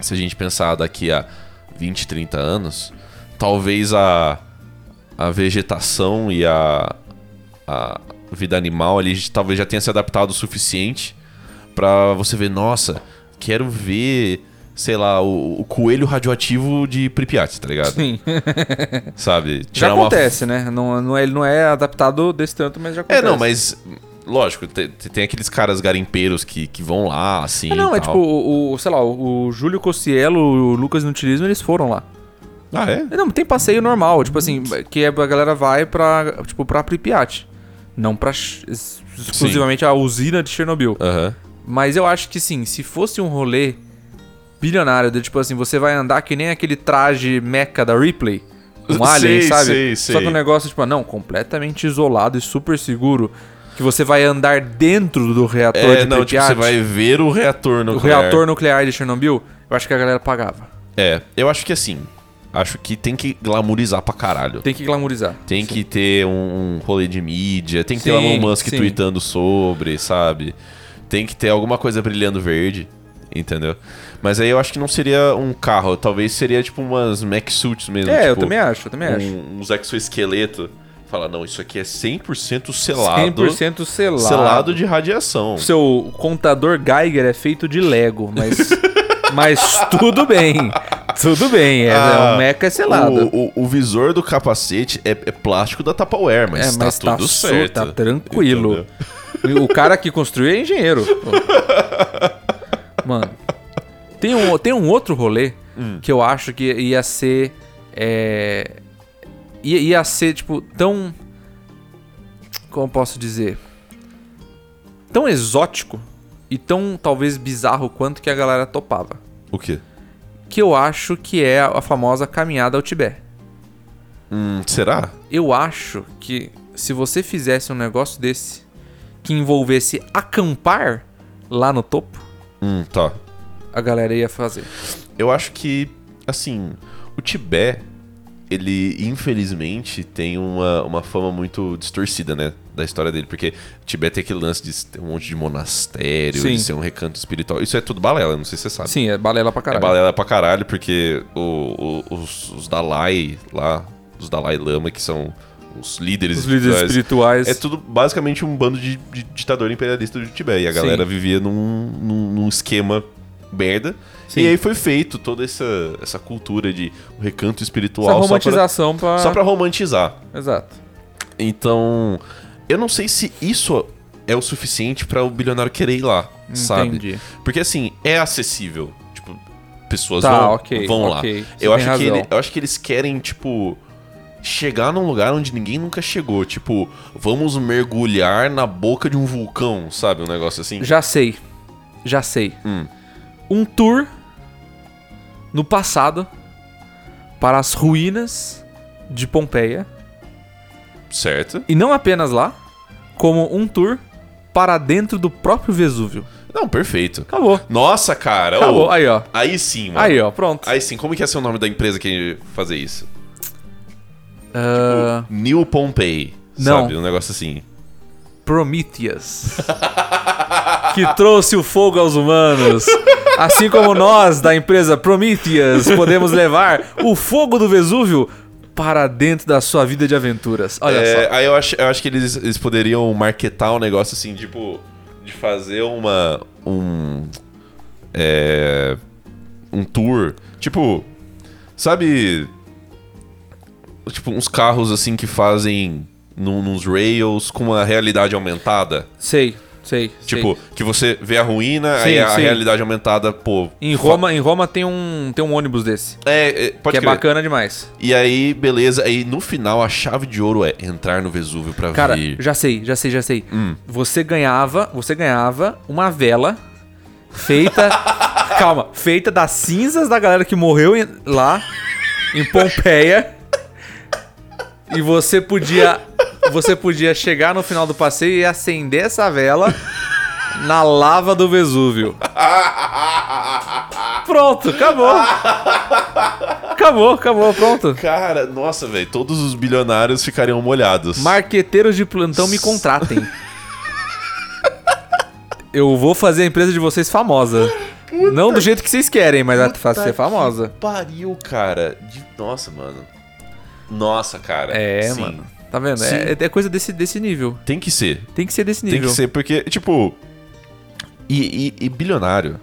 Speaker 2: se a gente pensar daqui a 20, 30 anos, talvez a, a vegetação e a, a vida animal ali talvez já tenha se adaptado o suficiente pra você ver, nossa, quero ver, sei lá, o, o coelho radioativo de Pripyat, tá ligado?
Speaker 1: Sim.
Speaker 2: Sabe?
Speaker 1: Já
Speaker 2: Tirar uma
Speaker 1: acontece, né? Não, não é, ele não é adaptado desse tanto, mas já
Speaker 2: É,
Speaker 1: acontece.
Speaker 2: não, mas. Lógico, te- te- tem, aqueles caras garimpeiros que, que vão lá, assim.
Speaker 1: É, não,
Speaker 2: e
Speaker 1: é
Speaker 2: tal.
Speaker 1: tipo, o, o- sei lá, o, o Júlio Cossielo, o Lucas Nutilismo, eles foram lá.
Speaker 2: Ah, é?
Speaker 1: É, Não, tem passeio normal, tipo assim, que a galera vai pra, tipo, pra Pripyat. Não pra ch- ex- exclusivamente a usina de Chernobyl.
Speaker 2: Aham.
Speaker 1: Mas eu acho que sim, se fosse um rolê bilionário, de tipo assim, você vai andar que nem aquele traje meca da Ripley. Um
Speaker 2: Sei,
Speaker 1: alien, sabe?
Speaker 2: sei,
Speaker 1: Só
Speaker 2: sei.
Speaker 1: que um negócio, tipo, não, completamente isolado e super seguro. Que você vai andar dentro do reator
Speaker 2: É,
Speaker 1: de
Speaker 2: não, tipo,
Speaker 1: Pripyat.
Speaker 2: você vai ver o reator
Speaker 1: O
Speaker 2: nuclear.
Speaker 1: reator nuclear de Chernobyl, eu acho que a galera pagava.
Speaker 2: É, eu acho que assim. Acho que tem que glamourizar pra caralho.
Speaker 1: Tem que glamourizar.
Speaker 2: Tem que ter um, um rolê de mídia, tem que ter
Speaker 1: Sim,
Speaker 2: o Elon Musk
Speaker 1: sim.
Speaker 2: tweetando sobre, sabe? Tem que ter alguma coisa brilhando verde, entendeu? Mas aí eu acho que não seria um carro, talvez seria tipo umas mech suits mesmo.
Speaker 1: É, eu
Speaker 2: tipo,
Speaker 1: também acho, eu também acho.
Speaker 2: um, uns exoesqueleto. Fala, não, isso aqui é 100% selado.
Speaker 1: 100% selado.
Speaker 2: selado de radiação.
Speaker 1: O seu contador Geiger é feito de Lego, mas. mas tudo bem. Tudo bem. É,
Speaker 2: Ah,
Speaker 1: o Mecha é selado.
Speaker 2: O, o- o visor do capacete é, é plástico da Tupperware, mas,
Speaker 1: é, mas
Speaker 2: tá
Speaker 1: tá,
Speaker 2: tudo
Speaker 1: su-
Speaker 2: certo.
Speaker 1: tá tranquilo. O cara que construiu é engenheiro. pô. Mano. Tem um, tem um outro rolê
Speaker 2: Hum.
Speaker 1: que eu acho que ia ser. É, ia, ia ser, tipo, tão. Como eu posso dizer? Tão exótico e tão talvez bizarro quanto que a galera topava.
Speaker 2: O quê?
Speaker 1: Que eu acho que é a famosa caminhada ao Tibete.
Speaker 2: Hum, será?
Speaker 1: Eu acho que se você fizesse um negócio desse que envolvesse acampar lá no topo,
Speaker 2: Hum, tá.
Speaker 1: a galera ia fazer.
Speaker 2: Eu acho que, assim, o Tibete, ele infelizmente tem uma, uma fama muito distorcida, né? Da história dele. Porque o Tibete tem aquele lance de ter um monte de monastério,
Speaker 1: Sim.
Speaker 2: de ser um recanto espiritual. Isso é tudo balela, não sei se você sabe.
Speaker 1: Sim, é balela pra
Speaker 2: É
Speaker 1: caralho.
Speaker 2: balela pra caralho, porque o- o- os, os Dalai lá, os Dalai Lama, que são os líderes
Speaker 1: Os líderes espirituais.
Speaker 2: é tudo basicamente um bando de, de ditador imperialista do Tibete. E a
Speaker 1: Sim.
Speaker 2: galera vivia num, num, num esquema merda.
Speaker 1: Sim.
Speaker 2: E aí foi feito toda essa, essa cultura de um recanto espiritual
Speaker 1: Essa
Speaker 2: só pra-
Speaker 1: romantização né? pra...
Speaker 2: só pra romantizar.
Speaker 1: Exato.
Speaker 2: Então, eu não sei se isso é o suficiente pra o bilionário querer ir lá,
Speaker 1: Entendi.
Speaker 2: sabe? Porque assim, é acessível. Tipo, pessoas
Speaker 1: Tá,
Speaker 2: vão,
Speaker 1: ok,
Speaker 2: vão
Speaker 1: ok.
Speaker 2: lá.
Speaker 1: Você
Speaker 2: Eu
Speaker 1: tem
Speaker 2: acho, que
Speaker 1: razão.
Speaker 2: ele- eu acho que eles querem, tipo, chegar num lugar onde ninguém nunca chegou. Tipo, vamos mergulhar na boca de um vulcão, sabe? Um negócio assim.
Speaker 1: Já sei. Já sei.
Speaker 2: Hum.
Speaker 1: Um tour no passado para as ruínas de Pompeia.
Speaker 2: Certo?
Speaker 1: E não apenas lá, como um tour para dentro do próprio Vesúvio.
Speaker 2: Não, perfeito.
Speaker 1: Acabou.
Speaker 2: Nossa, cara.
Speaker 1: Acabou.
Speaker 2: ô, aí...
Speaker 1: Aí, ó.
Speaker 2: sim, mano.
Speaker 1: Aí, ó. Pronto.
Speaker 2: Aí sim, como que ia ser o nome da empresa que ia fazer isso?
Speaker 1: Ah,
Speaker 2: New Pompeii.
Speaker 1: Não.
Speaker 2: Sabe? Um negócio assim.
Speaker 1: Prometheus. que trouxe o fogo aos humanos. Assim como nós, da empresa Prometheus, podemos levar o fogo do Vesúvio para dentro da sua vida de aventuras. Olha
Speaker 2: É,
Speaker 1: só.
Speaker 2: Aí eu acho, eu acho que eles, eles poderiam marketar um negócio assim, tipo, de fazer uma. Um. É. Um tour. Tipo. Sabe. Tipo, uns carros assim que fazem. num- Nos rails com uma realidade aumentada.
Speaker 1: Sei, sei.
Speaker 2: Tipo, que você vê a ruína,
Speaker 1: Sim,
Speaker 2: aí a
Speaker 1: sim.
Speaker 2: realidade aumentada, pô.
Speaker 1: Em
Speaker 2: fa-
Speaker 1: Roma, em Roma tem um tem um ônibus desse,
Speaker 2: É, é, pode
Speaker 1: que é
Speaker 2: crer.
Speaker 1: bacana demais.
Speaker 2: E aí, beleza. Aí no final, a chave de ouro é entrar no Vesúvio pra
Speaker 1: Cara,
Speaker 2: ver.
Speaker 1: já sei, já sei, já sei. Você ganhava, você ganhava uma vela feita Calma, feita das cinzas da galera que morreu em- lá em Pompeia. E você podia você podia chegar no final do passeio e acender essa vela na lava do
Speaker 2: Ah,
Speaker 1: Vesúvio. Pronto, acabou. acabou, acabou, pronto.
Speaker 2: Cara, nossa, velho, todos os bilionários ficariam molhados.
Speaker 1: Marqueteiros de plantão me contratem. Eu vou fazer a empresa de vocês famosa. Não do jeito que vocês querem, mas ela faz Tá ser
Speaker 2: que
Speaker 1: famosa.
Speaker 2: Pariu, cara. De- Nossa, mano. Nossa, cara.
Speaker 1: É,
Speaker 2: Sim.
Speaker 1: mano. Tá vendo?
Speaker 2: Sim.
Speaker 1: É, é coisa desse, desse nível.
Speaker 2: Tem que ser.
Speaker 1: Tem que ser desse nível.
Speaker 2: Tem que ser, porque, tipo. E, e- e bilionário,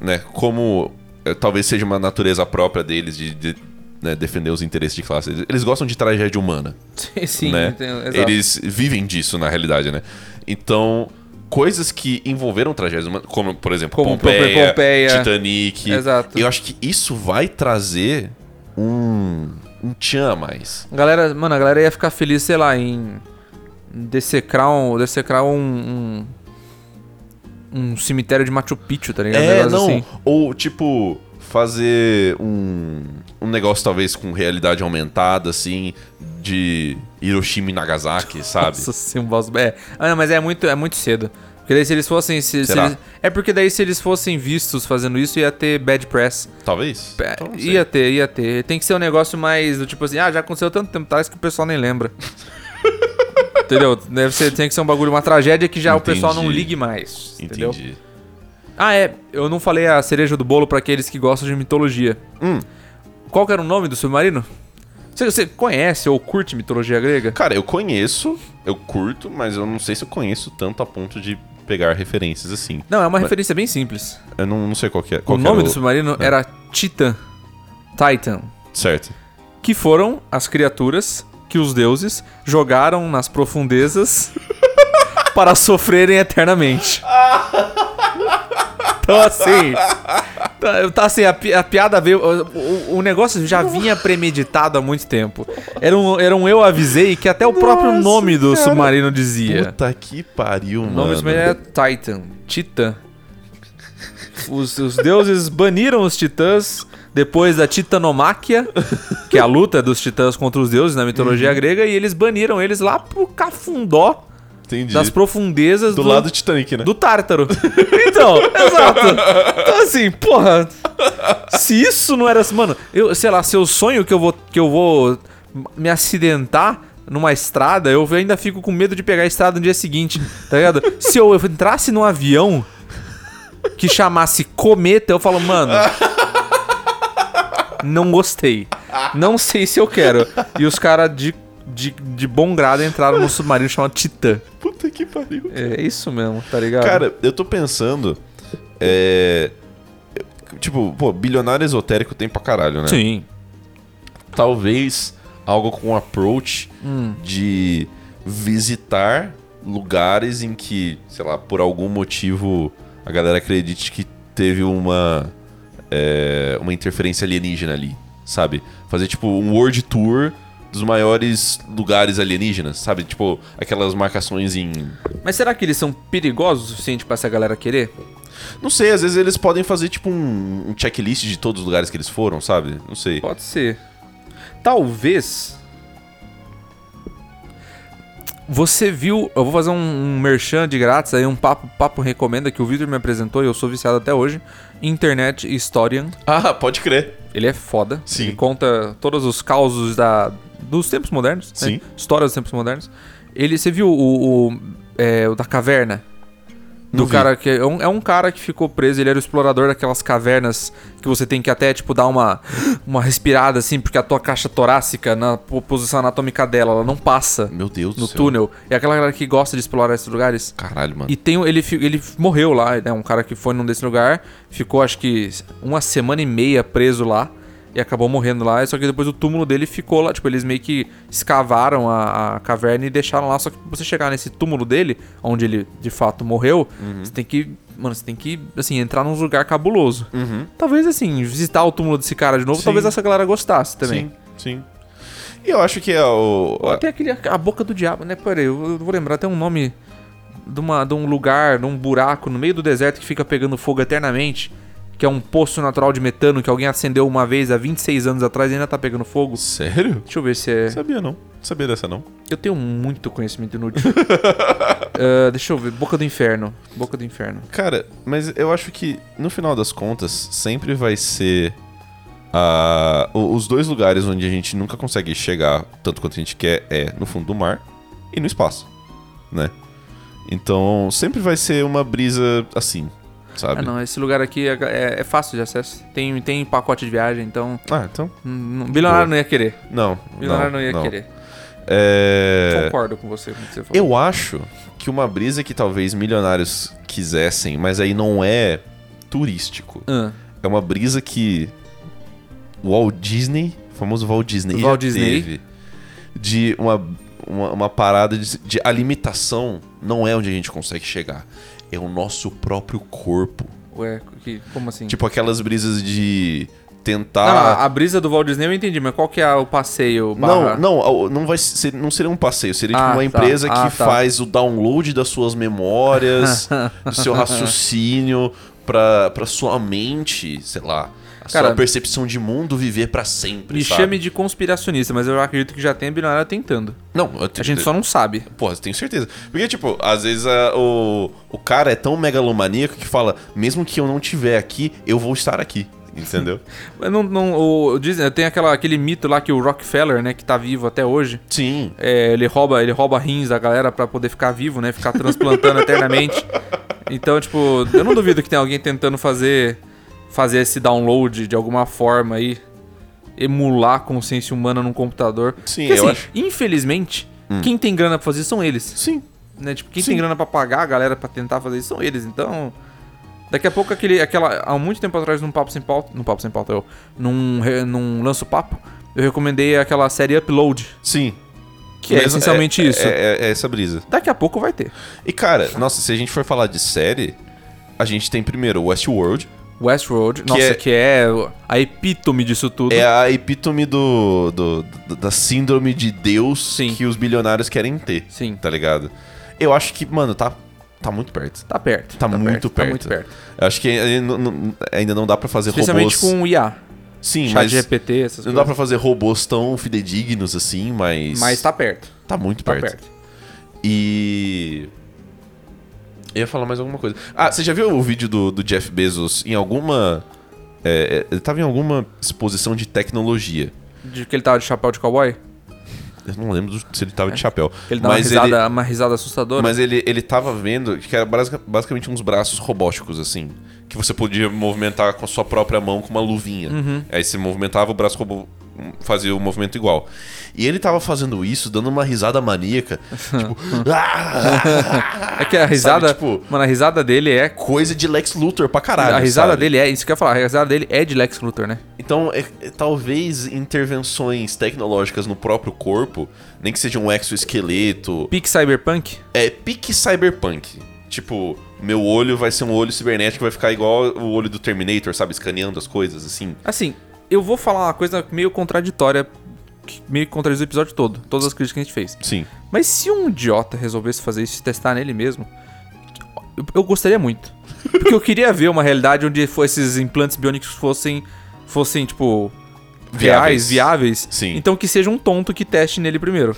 Speaker 2: né? Como eh, talvez seja uma natureza própria deles de, de, né, defender os interesses de classe. Eles- Eles gostam de tragédia humana.
Speaker 1: Sim, sim.
Speaker 2: né?
Speaker 1: tem- exato.
Speaker 2: Eles vivem disso, na realidade, né? Então, coisas que envolveram tragédias humanas, como, por exemplo,
Speaker 1: Como
Speaker 2: Pompeia,
Speaker 1: Pompeia.
Speaker 2: Titanic.
Speaker 1: Exato.
Speaker 2: Eu acho que isso vai trazer um, um tchan a mais.
Speaker 1: Galera, mano, a galera ia ficar feliz, sei lá, em dessecrar um, dessecrar um, um, um cemitério de Machu Picchu, tá ligado? Um
Speaker 2: É,
Speaker 1: negócio
Speaker 2: não.
Speaker 1: assim.
Speaker 2: Ou, tipo, fazer um, um negócio, talvez, com realidade aumentada, assim, de Hiroshima e Nagasaki, sabe?
Speaker 1: Nossa, sim, um boss. É. Ah, não, mas é muito, é muito cedo. Porque daí se eles fossem. se- se
Speaker 2: Será?
Speaker 1: eles- é porque daí se eles fossem vistos fazendo isso, ia ter bad press.
Speaker 2: Talvez.
Speaker 1: É,
Speaker 2: Então, não sei.
Speaker 1: ia ter, ia ter. Tem que ser um negócio mais do tipo assim, ah, já aconteceu tanto tempo atrás que o pessoal nem lembra. entendeu? Deve ser, tem que ser um bagulho, uma tragédia que já o pessoal não
Speaker 2: Entendi.
Speaker 1: ligue mais. Entendeu?
Speaker 2: Entendi.
Speaker 1: Ah, é. Eu não falei a cereja do bolo pra aqueles que gostam de mitologia.
Speaker 2: Hum.
Speaker 1: Qual que era o nome do submarino? Você, você conhece ou curte mitologia grega?
Speaker 2: Cara, eu conheço, eu curto, mas eu não sei se eu conheço tanto a ponto de pegar referências assim.
Speaker 1: Não, é uma
Speaker 2: Mas-
Speaker 1: referência bem simples.
Speaker 2: Eu não, não sei qual que é. Qual
Speaker 1: o
Speaker 2: que era
Speaker 1: nome do submarino era Titan. Titan.
Speaker 2: Certo.
Speaker 1: Que foram as criaturas que os deuses jogaram nas profundezas para sofrerem eternamente. Então assim. Tá, tá assim, a, pi- a piada veio. O, o- o negócio já vinha premeditado há muito tempo. Era um, era um eu avisei que até o próprio
Speaker 2: Nossa,
Speaker 1: nome do
Speaker 2: cara.
Speaker 1: submarino dizia.
Speaker 2: Puta que pariu,
Speaker 1: O nome
Speaker 2: mano.
Speaker 1: do submarino é Titan. Titã. Os, os deuses baniram os titãs depois da titanomáquia, que é a luta dos titãs contra os deuses na mitologia
Speaker 2: Uhum.
Speaker 1: grega, e eles baniram eles lá pro cafundó
Speaker 2: Entendi.
Speaker 1: das profundezas
Speaker 2: Do lado do Titanic, né?
Speaker 1: do Tártaro. Então, exato. Então, assim, porra. Se isso não era. Mano, eu, sei lá, se eu sonho que eu vou, que eu vou me acidentar numa estrada, eu ainda fico com medo de pegar a estrada no dia seguinte, tá ligado? Se eu entrasse num avião que chamasse cometa, eu falo, mano. Não gostei. Não sei se eu quero. E os caras de, de, de bom grado entraram num submarino chamado Titã.
Speaker 2: Puta que pariu.
Speaker 1: É isso mesmo, tá ligado?
Speaker 2: Cara, eu tô pensando. É. Tipo, pô, bilionário esotérico tem pra caralho, né?
Speaker 1: sim.
Speaker 2: talvez algo com um approach de visitar lugares em que, sei lá, por algum motivo a galera acredite que teve uma é, uma interferência alienígena ali, sabe? Fazer tipo um world tour dos maiores lugares alienígenas, sabe? Tipo aquelas marcações em,
Speaker 1: Mas será que eles são perigosos o suficiente pra essa galera querer?
Speaker 2: não sei, às vezes eles podem fazer tipo um, um checklist de todos os lugares que eles foram, sabe? Não sei.
Speaker 1: Pode ser. Talvez. Você viu. Eu vou fazer um, um merchan de grátis aí, um papo, papo recomenda que o Victor me apresentou e eu sou viciado até hoje. Internet Historian.
Speaker 2: Ah, pode crer.
Speaker 1: Ele é foda.
Speaker 2: Sim.
Speaker 1: Ele conta todos os causos da, dos tempos modernos. né?
Speaker 2: Sim.
Speaker 1: História dos tempos modernos. Ele, você viu o, o, é, o da caverna? Do
Speaker 2: Não vi.
Speaker 1: cara que. É um, é um cara que ficou preso, ele era o explorador daquelas cavernas que você tem que até, tipo, dar uma, uma respirada, assim, porque a tua caixa torácica, na po- posição anatômica dela, ela não passa
Speaker 2: Meu Deus
Speaker 1: no
Speaker 2: do céu.
Speaker 1: túnel. É aquela galera que gosta de explorar esses lugares.
Speaker 2: Caralho, mano.
Speaker 1: E tem, o- ele, fi- ele morreu lá, né? Um cara que foi num desse lugar, ficou acho que uma semana e meia preso lá e acabou morrendo lá. Só que depois o túmulo dele ficou lá. Tipo, eles meio que escavaram a, a caverna e deixaram lá. Só que pra você chegar nesse túmulo dele, onde ele de fato morreu,
Speaker 2: Uhum.
Speaker 1: você tem que. Mano, você tem que, assim, entrar num lugar cabuloso.
Speaker 2: Uhum.
Speaker 1: Talvez, assim, visitar o túmulo desse cara de novo,
Speaker 2: Sim.
Speaker 1: talvez essa galera gostasse também.
Speaker 2: Sim, sim. E eu acho que é o.
Speaker 1: Ou até aquele. A boca do diabo, né? Pera aí, eu eu vou lembrar até um nome de, uma, de um lugar, de um buraco no meio do deserto que fica pegando fogo eternamente. Que é um poço natural de metano que alguém acendeu uma vez há 26 anos atrás e ainda tá pegando fogo.
Speaker 2: Sério?
Speaker 1: Deixa eu ver se é.
Speaker 2: Sabia não. Sabia dessa não.
Speaker 1: Eu tenho muito conhecimento inútil. Ah, deixa eu ver. Boca do inferno. Boca do inferno.
Speaker 2: Cara, mas eu acho que no final das contas sempre vai ser Ah, o- os dois lugares onde a gente nunca consegue chegar tanto quanto a gente quer é no fundo do mar e no espaço, né? Então sempre vai ser uma brisa assim, sabe?
Speaker 1: Ah, não, esse lugar aqui é, é- é fácil de acesso. Tem, tem pacote de viagem, então.
Speaker 2: Ah, então.
Speaker 1: hum, hum, bilionário
Speaker 2: Boa.
Speaker 1: não ia querer.
Speaker 2: Não.
Speaker 1: Bilionário não, ia querer.
Speaker 2: É...
Speaker 1: Concordo com você com o que você falou.
Speaker 2: Eu acho que uma brisa que talvez milionários quisessem, mas aí não é turístico.
Speaker 1: Ah,
Speaker 2: É uma brisa que o Walt Disney, o famoso Walt Disney,
Speaker 1: Walt
Speaker 2: já
Speaker 1: Disney.
Speaker 2: teve de uma, uma, uma parada de, de a limitação não é onde a gente consegue chegar. É o nosso próprio corpo.
Speaker 1: ué, que- como assim?
Speaker 2: Tipo aquelas brisas de
Speaker 1: Não,
Speaker 2: tentar.
Speaker 1: a brisa do Walt Disney eu entendi, mas qual que é o passeio barra?
Speaker 2: Ah. Não, não, o- não, vai ser, não seria um passeio, seria tipo
Speaker 1: Ah,
Speaker 2: uma
Speaker 1: tá.
Speaker 2: empresa
Speaker 1: Ah,
Speaker 2: que
Speaker 1: tá.
Speaker 2: faz o download das suas memórias, do seu raciocínio pra, pra sua mente, sei lá, a
Speaker 1: Cara,
Speaker 2: sua percepção de mundo viver pra sempre,
Speaker 1: Me
Speaker 2: sabe?
Speaker 1: chame de conspiracionista, mas eu acredito que já tem bilionário tentando.
Speaker 2: Não, eu
Speaker 1: A gente só não sabe.
Speaker 2: Porra, eu tenho certeza. Porque, tipo, às vezes a- o, o cara é tão megalomaníaco que fala, mesmo que eu não estiver aqui, eu vou estar aqui, entendeu?
Speaker 1: Mas Não, não, o, dizem, tem aquela, aquele mito lá que o Rockefeller, né, que tá vivo até hoje,
Speaker 2: Sim.
Speaker 1: é, ele rouba ele rouba rins da galera pra poder ficar vivo, né? Ficar transplantando eternamente. Então, tipo, eu não duvido que tem alguém tentando fazer fazer esse download de alguma forma aí, emular a consciência humana num computador.
Speaker 2: Sim,
Speaker 1: Porque,
Speaker 2: eu
Speaker 1: assim,
Speaker 2: acho. Hum.
Speaker 1: Infelizmente, quem tem grana pra fazer isso são eles.
Speaker 2: Sim.
Speaker 1: né? Tipo, quem
Speaker 2: Sim.
Speaker 1: tem grana pra pagar a galera pra tentar fazer isso são eles. Então, daqui a pouco aquele aquela há muito tempo atrás num papo sem pauta, num papo sem pauta eu, num re- num lanço papo, eu recomendei aquela série Upload,
Speaker 2: Sim.
Speaker 1: que é
Speaker 2: Mesmo-
Speaker 1: essencialmente
Speaker 2: é-
Speaker 1: isso.
Speaker 2: é- é- é essa brisa.
Speaker 1: Daqui a pouco vai ter.
Speaker 2: E cara, nossa, se a gente for falar de série, a gente tem primeiro Westworld,
Speaker 1: Westworld, nossa,
Speaker 2: é-
Speaker 1: que é a epítome disso tudo.
Speaker 2: é a epítome do, do- do- da síndrome de Deus
Speaker 1: Sim.
Speaker 2: que os bilionários querem ter,
Speaker 1: Sim,
Speaker 2: tá ligado? Eu acho que, mano, tá tá muito perto.
Speaker 1: tá perto.
Speaker 2: Tá muito
Speaker 1: Tá
Speaker 2: perto.
Speaker 1: muito perto.
Speaker 2: Eu acho que ainda não, ainda não dá pra fazer
Speaker 1: Especialmente
Speaker 2: robôs.
Speaker 1: com o IA,
Speaker 2: Sim,
Speaker 1: chat
Speaker 2: mas
Speaker 1: GPT, essas
Speaker 2: não dá
Speaker 1: coisas.
Speaker 2: pra fazer robôs tão fidedignos assim, mas
Speaker 1: Mas tá perto.
Speaker 2: tá muito
Speaker 1: Tá
Speaker 2: perto.
Speaker 1: perto.
Speaker 2: E. Eu ia falar mais alguma coisa. Ah, você já viu o vídeo do, do Jeff Bezos em alguma. é, é, ele tava em alguma exposição de tecnologia.
Speaker 1: De que ele tava de chapéu de cowboy?
Speaker 2: Eu não lembro do- se ele tava de chapéu.
Speaker 1: É. Ele dá
Speaker 2: Mas
Speaker 1: uma risada,
Speaker 2: ele-
Speaker 1: uma risada assustadora.
Speaker 2: Mas ele, ele tava vendo que era basica- basicamente uns braços robóticos, assim. Que você podia movimentar com a sua própria mão com uma luvinha.
Speaker 1: Uhum.
Speaker 2: Aí você movimentava, o braço robô fazia o movimento igual. E ele tava fazendo isso, dando uma risada maníaca. tipo. ah,
Speaker 1: É que a risada,
Speaker 2: tipo-
Speaker 1: mano, a risada dele é
Speaker 2: coisa de Lex Luthor pra caralho.
Speaker 1: a risada
Speaker 2: sabe?
Speaker 1: dele é, isso que eu ia falar, a risada dele é de Lex Luthor, né?
Speaker 2: Então, é- é talvez intervenções tecnológicas no próprio corpo, nem que seja um exoesqueleto,
Speaker 1: Pique Cyberpunk?
Speaker 2: é pique cyberpunk. Tipo, meu olho vai ser um olho cibernético, vai ficar igual o olho do Terminator, sabe? Escaneando as coisas, assim.
Speaker 1: Assim, eu vou falar uma coisa meio contraditória, que meio que contradiz o episódio todo, todas as críticas que a gente fez.
Speaker 2: Sim.
Speaker 1: Mas se um idiota resolvesse fazer isso e testar nele mesmo, eu, eu gostaria muito. Porque eu queria ver uma realidade onde fo- esses implantes biônicos fossem, fossem tipo, reais,
Speaker 2: Viáveis.
Speaker 1: viáveis.
Speaker 2: Sim.
Speaker 1: Então que seja um tonto que teste nele primeiro.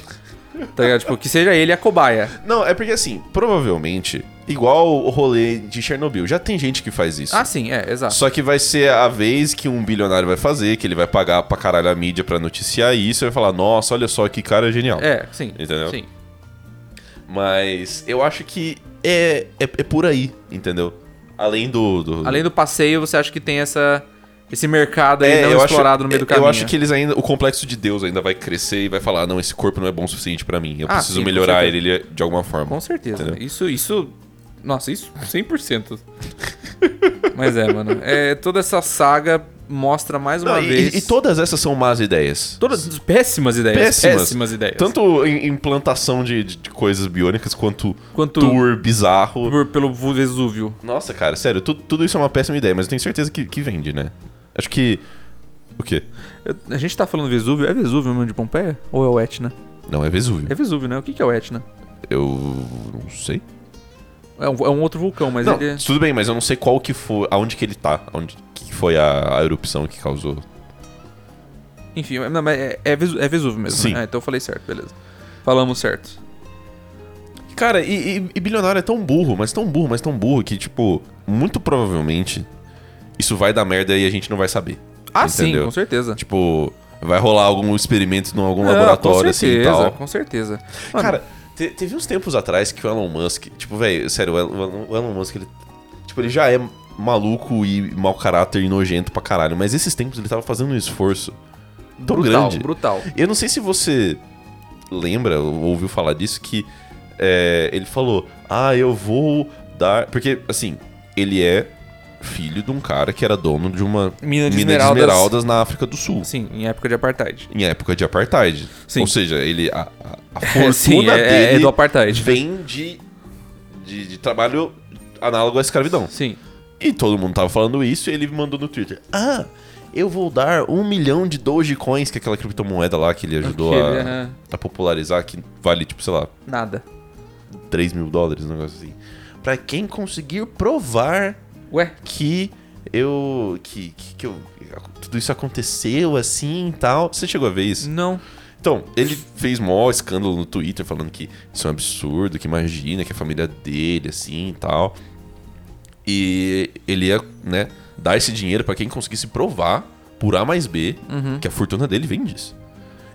Speaker 1: Tá ligado? Tipo, que seja ele a cobaia.
Speaker 2: Não, é porque assim, provavelmente, igual o rolê de Chernobyl, já tem gente que faz isso.
Speaker 1: Ah, sim, é, exato.
Speaker 2: Só que vai ser a vez que um bilionário vai fazer, que ele vai pagar pra caralho a mídia pra noticiar isso e vai falar, nossa, olha só que cara genial.
Speaker 1: É, sim.
Speaker 2: Entendeu?
Speaker 1: Sim.
Speaker 2: Mas eu acho que é, é, é por aí, entendeu? Além do. do
Speaker 1: Além do passeio, você acha que tem essa, esse mercado aí
Speaker 2: é,
Speaker 1: não
Speaker 2: eu acho-
Speaker 1: explorado no meio do
Speaker 2: é,
Speaker 1: caminho?
Speaker 2: Eu acho que eles ainda. O complexo de Deus ainda vai crescer e vai falar: não, esse corpo não é bom o suficiente pra mim. Eu
Speaker 1: Ah,
Speaker 2: preciso
Speaker 1: sim, com
Speaker 2: melhorar
Speaker 1: certeza.
Speaker 2: ele ele de alguma forma.
Speaker 1: Com certeza.
Speaker 2: Entendeu?
Speaker 1: Isso, isso... Nossa, isso 100%. Mas é, mano. É, toda essa saga mostra mais uma
Speaker 2: Não, e-
Speaker 1: vez...
Speaker 2: e, e todas essas são más ideias.
Speaker 1: Todas péssimas ideias.
Speaker 2: Péssimas.
Speaker 1: Péssimas, ideias.
Speaker 2: Tanto em- implantação de, de- de coisas biônicas quanto,
Speaker 1: Quanto-
Speaker 2: tour bizarro.
Speaker 1: Por- pelo Vesúvio.
Speaker 2: Nossa, cara, sério, tu- tudo isso é uma péssima ideia, mas eu tenho certeza que, que vende, né? Acho que. O quê?
Speaker 1: Eu- a gente tá falando Vesúvio. É Vesúvio mesmo de Pompeia? Ou é o Etna?
Speaker 2: Não, é Vesúvio.
Speaker 1: É Vesúvio, né? O que, que é o Etna?
Speaker 2: Eu. não sei.
Speaker 1: É um, é um outro vulcão, mas
Speaker 2: Não,
Speaker 1: ele...
Speaker 2: tudo bem, mas eu não sei qual que foi, aonde que ele tá, aonde que foi a, a erupção que causou.
Speaker 1: Enfim, não, mas é, é Vesu- é Vesúvio mesmo.
Speaker 2: Sim.
Speaker 1: né? Ah, então eu falei certo, beleza. Falamos certo.
Speaker 2: Cara, e, e- e bilionário é tão burro, mas tão burro, mas tão burro que, tipo, muito provavelmente isso vai dar merda e a gente não vai saber.
Speaker 1: Ah, sim,
Speaker 2: entendeu?
Speaker 1: com certeza.
Speaker 2: Tipo, vai rolar algum experimento em algum laboratório,
Speaker 1: com
Speaker 2: assim e
Speaker 1: certeza,
Speaker 2: tal.
Speaker 1: com certeza. Mano,
Speaker 2: Cara, é te- teve uns tempos atrás que o Elon Musk, tipo, velho, sério, o Elon, o Elon Musk, ele, tipo, ele já é maluco e mau caráter e nojento pra caralho, mas esses tempos ele tava fazendo um esforço tão
Speaker 1: brutal,
Speaker 2: grande.
Speaker 1: brutal.
Speaker 2: Eu não sei se você lembra ou ouviu falar disso, que é, ele falou, ah, eu vou dar... Porque, assim, ele é filho de um cara que era dono de uma
Speaker 1: Mina de
Speaker 2: mina de
Speaker 1: esmeraldas.
Speaker 2: esmeraldas na África do Sul
Speaker 1: Sim, em época de apartheid.
Speaker 2: em época de apartheid.
Speaker 1: Sim.
Speaker 2: Ou seja, ele a, a- a fortuna
Speaker 1: Sim, é- é- é
Speaker 2: dele
Speaker 1: do apartheid.
Speaker 2: vem de, de, de trabalho análogo à escravidão.
Speaker 1: Sim.
Speaker 2: E todo mundo tava falando isso e ele me mandou no Twitter. Ah, eu vou dar um milhão de Dogecoins, que é aquela criptomoeda lá que ele ajudou
Speaker 1: Aquele,
Speaker 2: a,
Speaker 1: aham.
Speaker 2: a popularizar, que vale, tipo, sei lá,
Speaker 1: Nada.
Speaker 2: 3 mil dólares, um negócio assim. Pra quem conseguir provar
Speaker 1: Ué,
Speaker 2: que eu... que, que, que eu... Tudo isso aconteceu assim e tal. Você chegou a ver isso?
Speaker 1: não.
Speaker 2: Então, ele fez maior escândalo no Twitter falando que isso é um absurdo, que imagina que a família dele, assim e tal. E ele ia, né, dar esse dinheiro pra quem conseguisse provar, por A mais B, que a fortuna dele vem disso.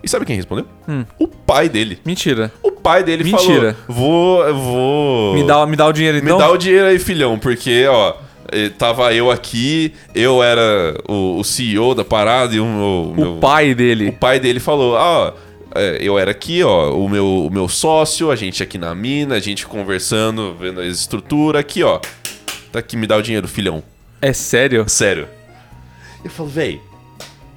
Speaker 2: E sabe quem respondeu?
Speaker 1: Hum.
Speaker 2: O pai dele.
Speaker 1: Mentira.
Speaker 2: O pai dele
Speaker 1: Mentira.
Speaker 2: falou: Vou. vou.
Speaker 1: Me dá, me dá o dinheiro
Speaker 2: Me
Speaker 1: então.
Speaker 2: dá o dinheiro aí, filhão, porque, ó, eh, tava eu aqui, eu era o, o CEO da parada e o meu.
Speaker 1: o
Speaker 2: meu-
Speaker 1: pai dele.
Speaker 2: o pai dele falou: Ah, é, eu era aqui, ó, o meu, o meu sócio, a gente aqui na mina, a gente conversando, vendo a estrutura, aqui, ó. Tá aqui, me dá o dinheiro, filhão.
Speaker 1: É sério?
Speaker 2: Sério. Eu falo, véi.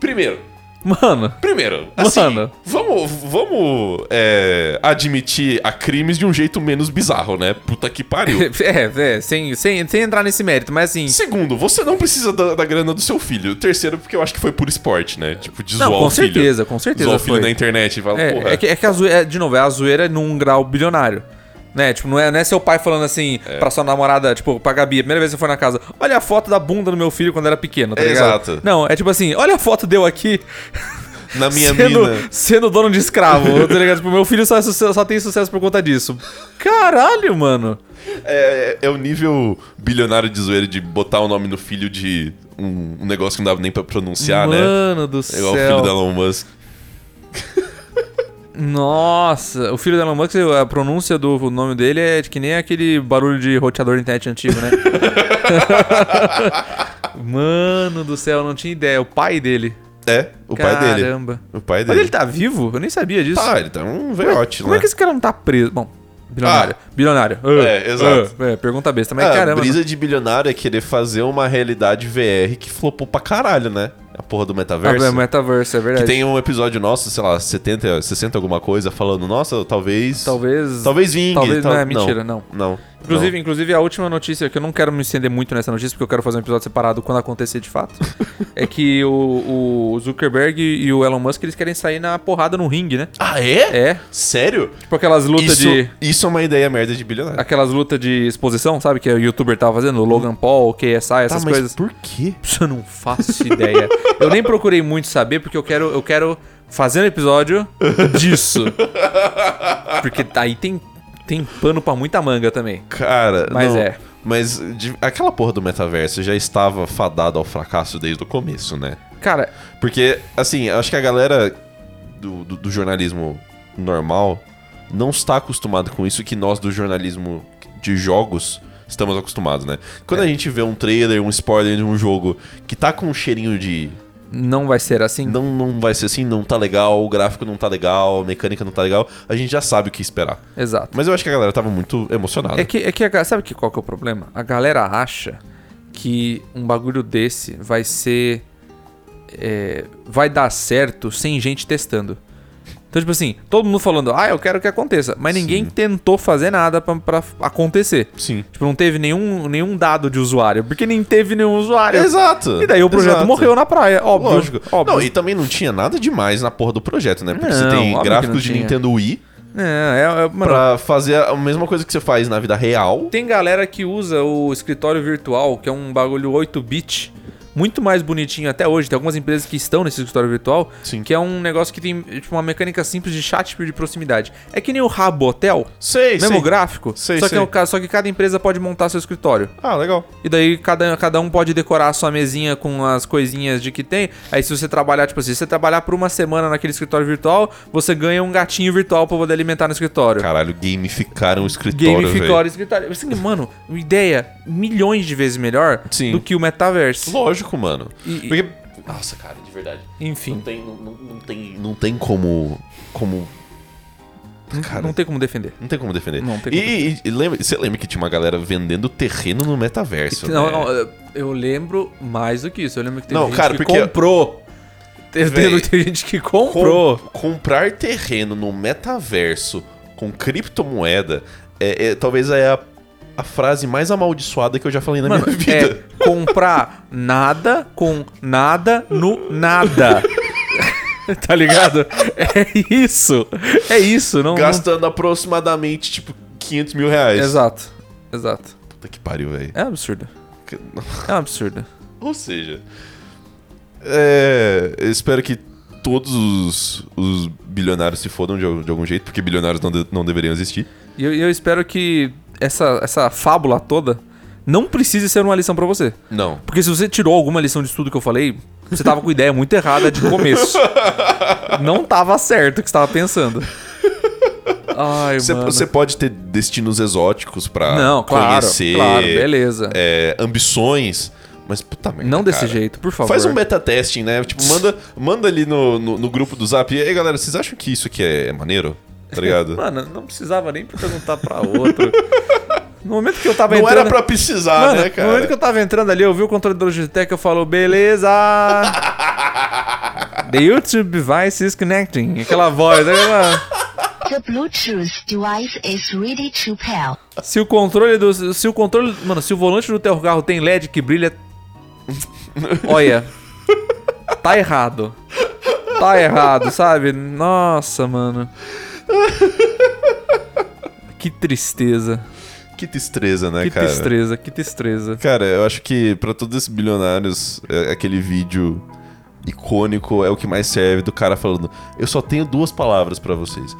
Speaker 2: Primeiro,
Speaker 1: Mano,
Speaker 2: primeiro, assim,
Speaker 1: Mano.
Speaker 2: vamos, vamos é, admitir a crimes de um jeito menos bizarro, né? Puta que pariu.
Speaker 1: é, é sem, sem, sem entrar nesse mérito, mas assim.
Speaker 2: Segundo, você não precisa da, da grana do seu filho. Terceiro, porque eu acho que foi por esporte, né? Tipo, de
Speaker 1: Não,
Speaker 2: zoar
Speaker 1: com
Speaker 2: o filho.
Speaker 1: certeza, com certeza
Speaker 2: Zoar o filho
Speaker 1: foi.
Speaker 2: na internet e falar, porra.
Speaker 1: É, é que, é que a zoeira, de novo, é a zoeira num grau bilionário. Né? Tipo, não é, não é seu pai falando assim pra sua namorada, tipo, pra Gabi, a primeira vez que você for na casa, olha a foto da bunda do meu filho quando era pequeno, tá
Speaker 2: É,
Speaker 1: ligado?
Speaker 2: exato.
Speaker 1: Não, é tipo assim, olha a foto deu aqui
Speaker 2: na minha
Speaker 1: sendo,
Speaker 2: mina.
Speaker 1: sendo dono de escravo, tá ligado? Tipo, meu filho só, é sucesso- só tem sucesso por conta disso. Caralho, mano.
Speaker 2: É, é o nível bilionário de zoeira de botar o nome no filho de um, um negócio que não dava nem pra pronunciar, né?
Speaker 1: mano do
Speaker 2: É igual o filho
Speaker 1: céu.
Speaker 2: da Elon Musk.
Speaker 1: Nossa, o filho da Elon Musk, a pronúncia do nome dele é de que nem aquele barulho de roteador de internet antigo, né? Mano do céu, eu não tinha ideia. O pai dele.
Speaker 2: É, o pai dele.
Speaker 1: Caramba.
Speaker 2: O pai
Speaker 1: Mas
Speaker 2: dele.
Speaker 1: ele tá vivo? Eu nem sabia disso.
Speaker 2: Tá, ele tá um veiote
Speaker 1: Como
Speaker 2: lá.
Speaker 1: é que esse cara não tá preso? Bom, bilionário. bilionário. Ah,
Speaker 2: É, exato.
Speaker 1: ah, é, pergunta besta. Mas
Speaker 2: Ah, a
Speaker 1: caramba.
Speaker 2: brisa de bilionário é querer fazer uma realidade VR que flopou pra caralho, né? A porra do
Speaker 1: não-
Speaker 2: metaverso.
Speaker 1: Ah, é metaverso, é
Speaker 2: que
Speaker 1: verdade.
Speaker 2: tem um episódio nosso, sei lá, 70, 60 alguma coisa, falando, nossa, talvez...
Speaker 1: Talvez.
Speaker 2: Talvez vingue.
Speaker 1: Talvez-
Speaker 2: tal-
Speaker 1: não, é mentira, não.
Speaker 2: Não.
Speaker 1: Inclusive, inclusive, a última notícia, que eu não quero me estender muito nessa notícia, porque eu quero fazer um episódio separado quando acontecer de fato, é que o, o Zuckerberg e o Elon Musk, eles querem sair na porrada no ringue, né?
Speaker 2: não. Ah, é?
Speaker 1: É,
Speaker 2: Sério?
Speaker 1: tipo aquelas lutas
Speaker 2: Isso,
Speaker 1: de...
Speaker 2: isso é uma ideia merda de bilionário.
Speaker 1: Aquelas lutas de exposição, sabe? Que o youtuber tava fazendo, o Logan Paul, o KSI, essas coisas.
Speaker 2: Tá, por quê?
Speaker 1: Eu não faço ideia. eu nem procurei muito saber, porque eu quero, eu quero fazer um episódio disso. Porque aí tem, tem pano pra muita manga também.
Speaker 2: Cara,
Speaker 1: Mas
Speaker 2: não,
Speaker 1: é.
Speaker 2: Mas de- aquela porra do metaverso já estava fadada ao fracasso desde o começo, né?
Speaker 1: Cara,
Speaker 2: Porque, assim, eu acho que a galera do, do- do jornalismo normal não está acostumada com isso que nós do jornalismo de jogos estamos acostumados, né? Quando
Speaker 1: É.
Speaker 2: a gente vê um trailer, um spoiler de um jogo que tá com um cheirinho de
Speaker 1: não vai ser assim.
Speaker 2: não, não vai ser assim, não tá legal, o gráfico não tá legal, a mecânica não tá legal, a gente já sabe o que esperar.
Speaker 1: Exato.
Speaker 2: Mas eu acho que a galera tava muito emocionada.
Speaker 1: É que, é que a, ga- sabe que qual que é o problema? A galera acha que um bagulho desse vai ser. é, vai dar certo sem gente testando. Então, tipo assim, todo mundo falando, ah, eu quero que aconteça. Mas ninguém tentou fazer nada pra, pra acontecer.
Speaker 2: Sim.
Speaker 1: Tipo, não teve nenhum, nenhum dado de usuário, porque nem teve nenhum usuário.
Speaker 2: Exato.
Speaker 1: E daí o projeto
Speaker 2: exato.
Speaker 1: morreu na praia, óbvio.
Speaker 2: Lógico.
Speaker 1: óbvio.
Speaker 2: Não, e também não tinha nada demais na porra do projeto, né? Porque você
Speaker 1: Não,
Speaker 2: tem
Speaker 1: óbvio que não
Speaker 2: gráficos de
Speaker 1: tinha.
Speaker 2: Nintendo Wii
Speaker 1: É, é, é, mano,
Speaker 2: pra fazer a mesma coisa que você faz na vida real.
Speaker 1: Tem galera que usa o escritório virtual, que é um bagulho 8-bit, muito mais bonitinho até hoje. Tem algumas empresas que estão nesse escritório virtual,
Speaker 2: Sim.
Speaker 1: que é um negócio que tem tipo, uma mecânica simples de chat de proximidade. É que nem o Rabo Hotel,
Speaker 2: Sei,
Speaker 1: mesmo
Speaker 2: sei.
Speaker 1: gráfico,
Speaker 2: Sei,
Speaker 1: só, que
Speaker 2: sei.
Speaker 1: é o ca- só que cada empresa pode montar seu escritório.
Speaker 2: Ah, legal.
Speaker 1: E daí cada, cada um pode decorar a sua mesinha com as coisinhas de que tem. Aí se você trabalhar, tipo assim, se você trabalhar por uma semana naquele escritório virtual, você ganha um gatinho virtual pra poder alimentar no escritório.
Speaker 2: Caralho, gamificaram o escritório,
Speaker 1: Gamificório
Speaker 2: velho.
Speaker 1: escritório. Assim, mano, uma ideia milhões de vezes melhor
Speaker 2: Sim.
Speaker 1: do que o metaverso.
Speaker 2: Lógico, mano.
Speaker 1: E- e-
Speaker 2: Porque... Nossa, cara, de verdade. Não
Speaker 1: Enfim,
Speaker 2: tem, não, não- não tem, não tem como, como... Cara,
Speaker 1: não tem como defender.
Speaker 2: não tem como defender.
Speaker 1: Não tem
Speaker 2: e, e- e lembra, você lembra que tinha uma galera vendendo terreno no metaverso,
Speaker 1: Não,
Speaker 2: né?
Speaker 1: não, eu- eu lembro mais do que isso. Eu lembro que teve
Speaker 2: Não,
Speaker 1: gente
Speaker 2: cara,
Speaker 1: que
Speaker 2: porque-
Speaker 1: comprou. Eu
Speaker 2: Véi.
Speaker 1: lembro que teve gente que
Speaker 2: Com-
Speaker 1: comprou.
Speaker 2: comprar terreno no metaverso com criptomoeda é, é- talvez é a, a frase mais amaldiçoada que eu já falei na
Speaker 1: Mano,
Speaker 2: minha vida.
Speaker 1: é comprar nada com nada no nada. tá ligado? É isso. É isso. Não,
Speaker 2: Gastando aproximadamente, tipo, 500 mil reais.
Speaker 1: não- Exato. Exato.
Speaker 2: Puta que pariu, velho.
Speaker 1: É um absurdo. É um absurdo.
Speaker 2: Ou seja, é, eu espero que todos os, os bilionários se fodam de, al- de algum jeito, porque bilionários não, de- não deveriam existir.
Speaker 1: E eu, e eu espero que essa, essa fábula toda não precise ser uma lição pra você.
Speaker 2: Não.
Speaker 1: Porque se você tirou alguma lição disso tudo que eu falei, você tava com ideia muito errada de começo. não tava certo o que você tava pensando. Ai,
Speaker 2: Você,
Speaker 1: mano.
Speaker 2: você pode ter destinos exóticos pra
Speaker 1: Não, claro,
Speaker 2: conhecer,
Speaker 1: claro, beleza.
Speaker 2: é, ambições, mas puta merda,
Speaker 1: Não desse
Speaker 2: cara.
Speaker 1: jeito, por favor.
Speaker 2: Faz um beta-testing, né? Tipo, manda, manda ali no, no, no grupo do Zap. E aí, galera, vocês acham que isso aqui é, é maneiro? Tá ligado?
Speaker 1: Mano, não precisava nem perguntar pra outro. No momento que eu tava
Speaker 2: Não
Speaker 1: entrando.
Speaker 2: era pra precisar,
Speaker 1: Mano,
Speaker 2: né, cara?
Speaker 1: No momento que eu tava entrando ali, eu vi o controle do Logitech, eu falo, beleza! The YouTube device is connecting. Aquela voz, né, mano?
Speaker 3: The Bluetooth device is ready to pair.
Speaker 1: Se o controle do. Se o controle. Mano, se o volante do teu carro tem LED que brilha. Olha. Tá errado. Tá errado, sabe? Nossa, mano. Que tristeza.
Speaker 2: Que destreza, né,
Speaker 1: Que
Speaker 2: cara?
Speaker 1: tristeza, que tristeza.
Speaker 2: Cara, eu acho que pra todos esses bilionários, é- aquele vídeo icônico é o que mais serve do cara falando: Eu só tenho duas palavras pra vocês.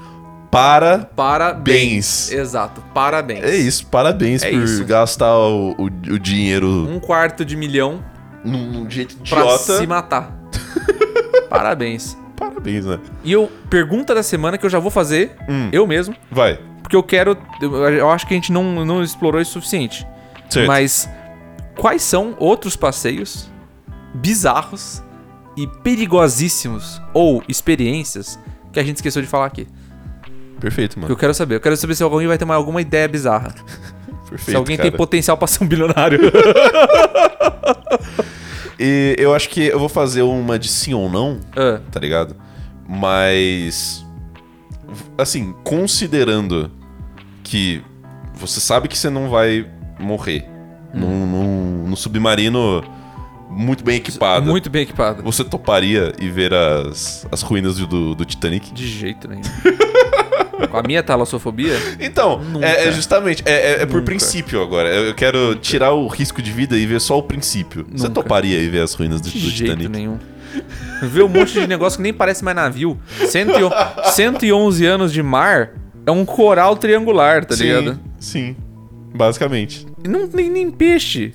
Speaker 2: Para.
Speaker 1: Parabéns.
Speaker 2: Bens.
Speaker 1: Exato, parabéns.
Speaker 2: É isso, parabéns
Speaker 1: É
Speaker 2: por
Speaker 1: isso.
Speaker 2: gastar o, o, o dinheiro
Speaker 1: Um quarto de milhão
Speaker 2: num, num jeito
Speaker 1: pra
Speaker 2: idiota.
Speaker 1: se matar. parabéns.
Speaker 2: Parabéns, né?
Speaker 1: E eu, pergunta da semana que eu já vou fazer,
Speaker 2: Hum.
Speaker 1: eu mesmo,
Speaker 2: Vai.
Speaker 1: porque eu quero. Eu, eu acho que a gente não, não explorou isso o suficiente.
Speaker 2: Certo.
Speaker 1: Mas quais são outros passeios bizarros e perigosíssimos ou experiências que a gente esqueceu de falar aqui?
Speaker 2: Perfeito,
Speaker 1: Que
Speaker 2: mano.
Speaker 1: eu quero saber. Eu quero saber se alguém vai ter mais alguma ideia bizarra.
Speaker 2: Perfeito,
Speaker 1: se alguém tem
Speaker 2: cara.
Speaker 1: potencial pra ser um bilionário.
Speaker 2: E eu acho que eu vou fazer uma de sim ou não,
Speaker 1: Ah,
Speaker 2: tá ligado? Mas. Assim, considerando que você sabe que você não vai morrer
Speaker 1: Uhum.
Speaker 2: num, num- num submarino muito bem equipado,
Speaker 1: muito bem equipado.
Speaker 2: você toparia e ver as, as ruínas do- do, do Titanic?
Speaker 1: De jeito nenhum. Com a minha talassofobia,
Speaker 2: Então,
Speaker 1: Nunca.
Speaker 2: é, é justamente. É, é- é por
Speaker 1: Nunca.
Speaker 2: princípio agora. Eu eu quero tirar o risco de vida e ver só o princípio. Você
Speaker 1: Nunca.
Speaker 2: toparia e ver as ruínas do, do
Speaker 1: de jeito
Speaker 2: Titanic?
Speaker 1: nenhum. Ver um monte de negócio que nem parece mais navio. Cento e on- 111 anos de mar é um coral triangular, tá ligado?
Speaker 2: Sim, sim. Basicamente.
Speaker 1: Não tem nem peixe.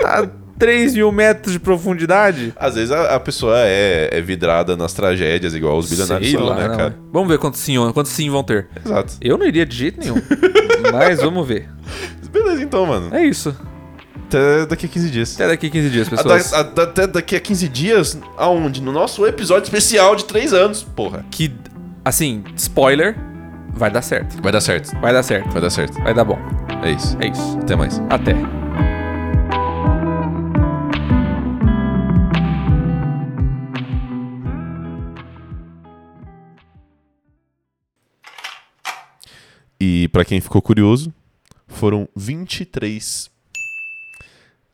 Speaker 1: Tá 3 mil metros de profundidade.
Speaker 2: Às vezes a, a pessoa é, é vidrada nas tragédias, igual os bilionários
Speaker 1: Sei
Speaker 2: são,
Speaker 1: lá,
Speaker 2: né,
Speaker 1: não.
Speaker 2: cara?
Speaker 1: Vamos ver quantos sim, quantos sim vão ter.
Speaker 2: Exato.
Speaker 1: Eu não iria de jeito nenhum. mas vamos ver.
Speaker 2: Beleza, então, mano.
Speaker 1: É isso.
Speaker 2: Até daqui a 15 dias.
Speaker 1: Até daqui 15 dias,
Speaker 2: Até,
Speaker 1: pessoas.
Speaker 2: até- até daqui a 15 dias, aonde? No nosso episódio especial de 3 anos, porra.
Speaker 1: Que, assim, spoiler, vai dar certo.
Speaker 2: Vai dar certo.
Speaker 1: Vai dar certo.
Speaker 2: Vai dar certo.
Speaker 1: Vai dar bom.
Speaker 2: É isso.
Speaker 1: É isso.
Speaker 2: Até mais.
Speaker 1: Até.
Speaker 2: E pra quem ficou curioso, foram 23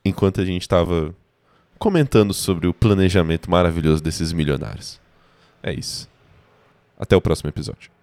Speaker 2: enquanto a gente tava comentando sobre o planejamento maravilhoso desses milionários. É isso. Até o próximo episódio.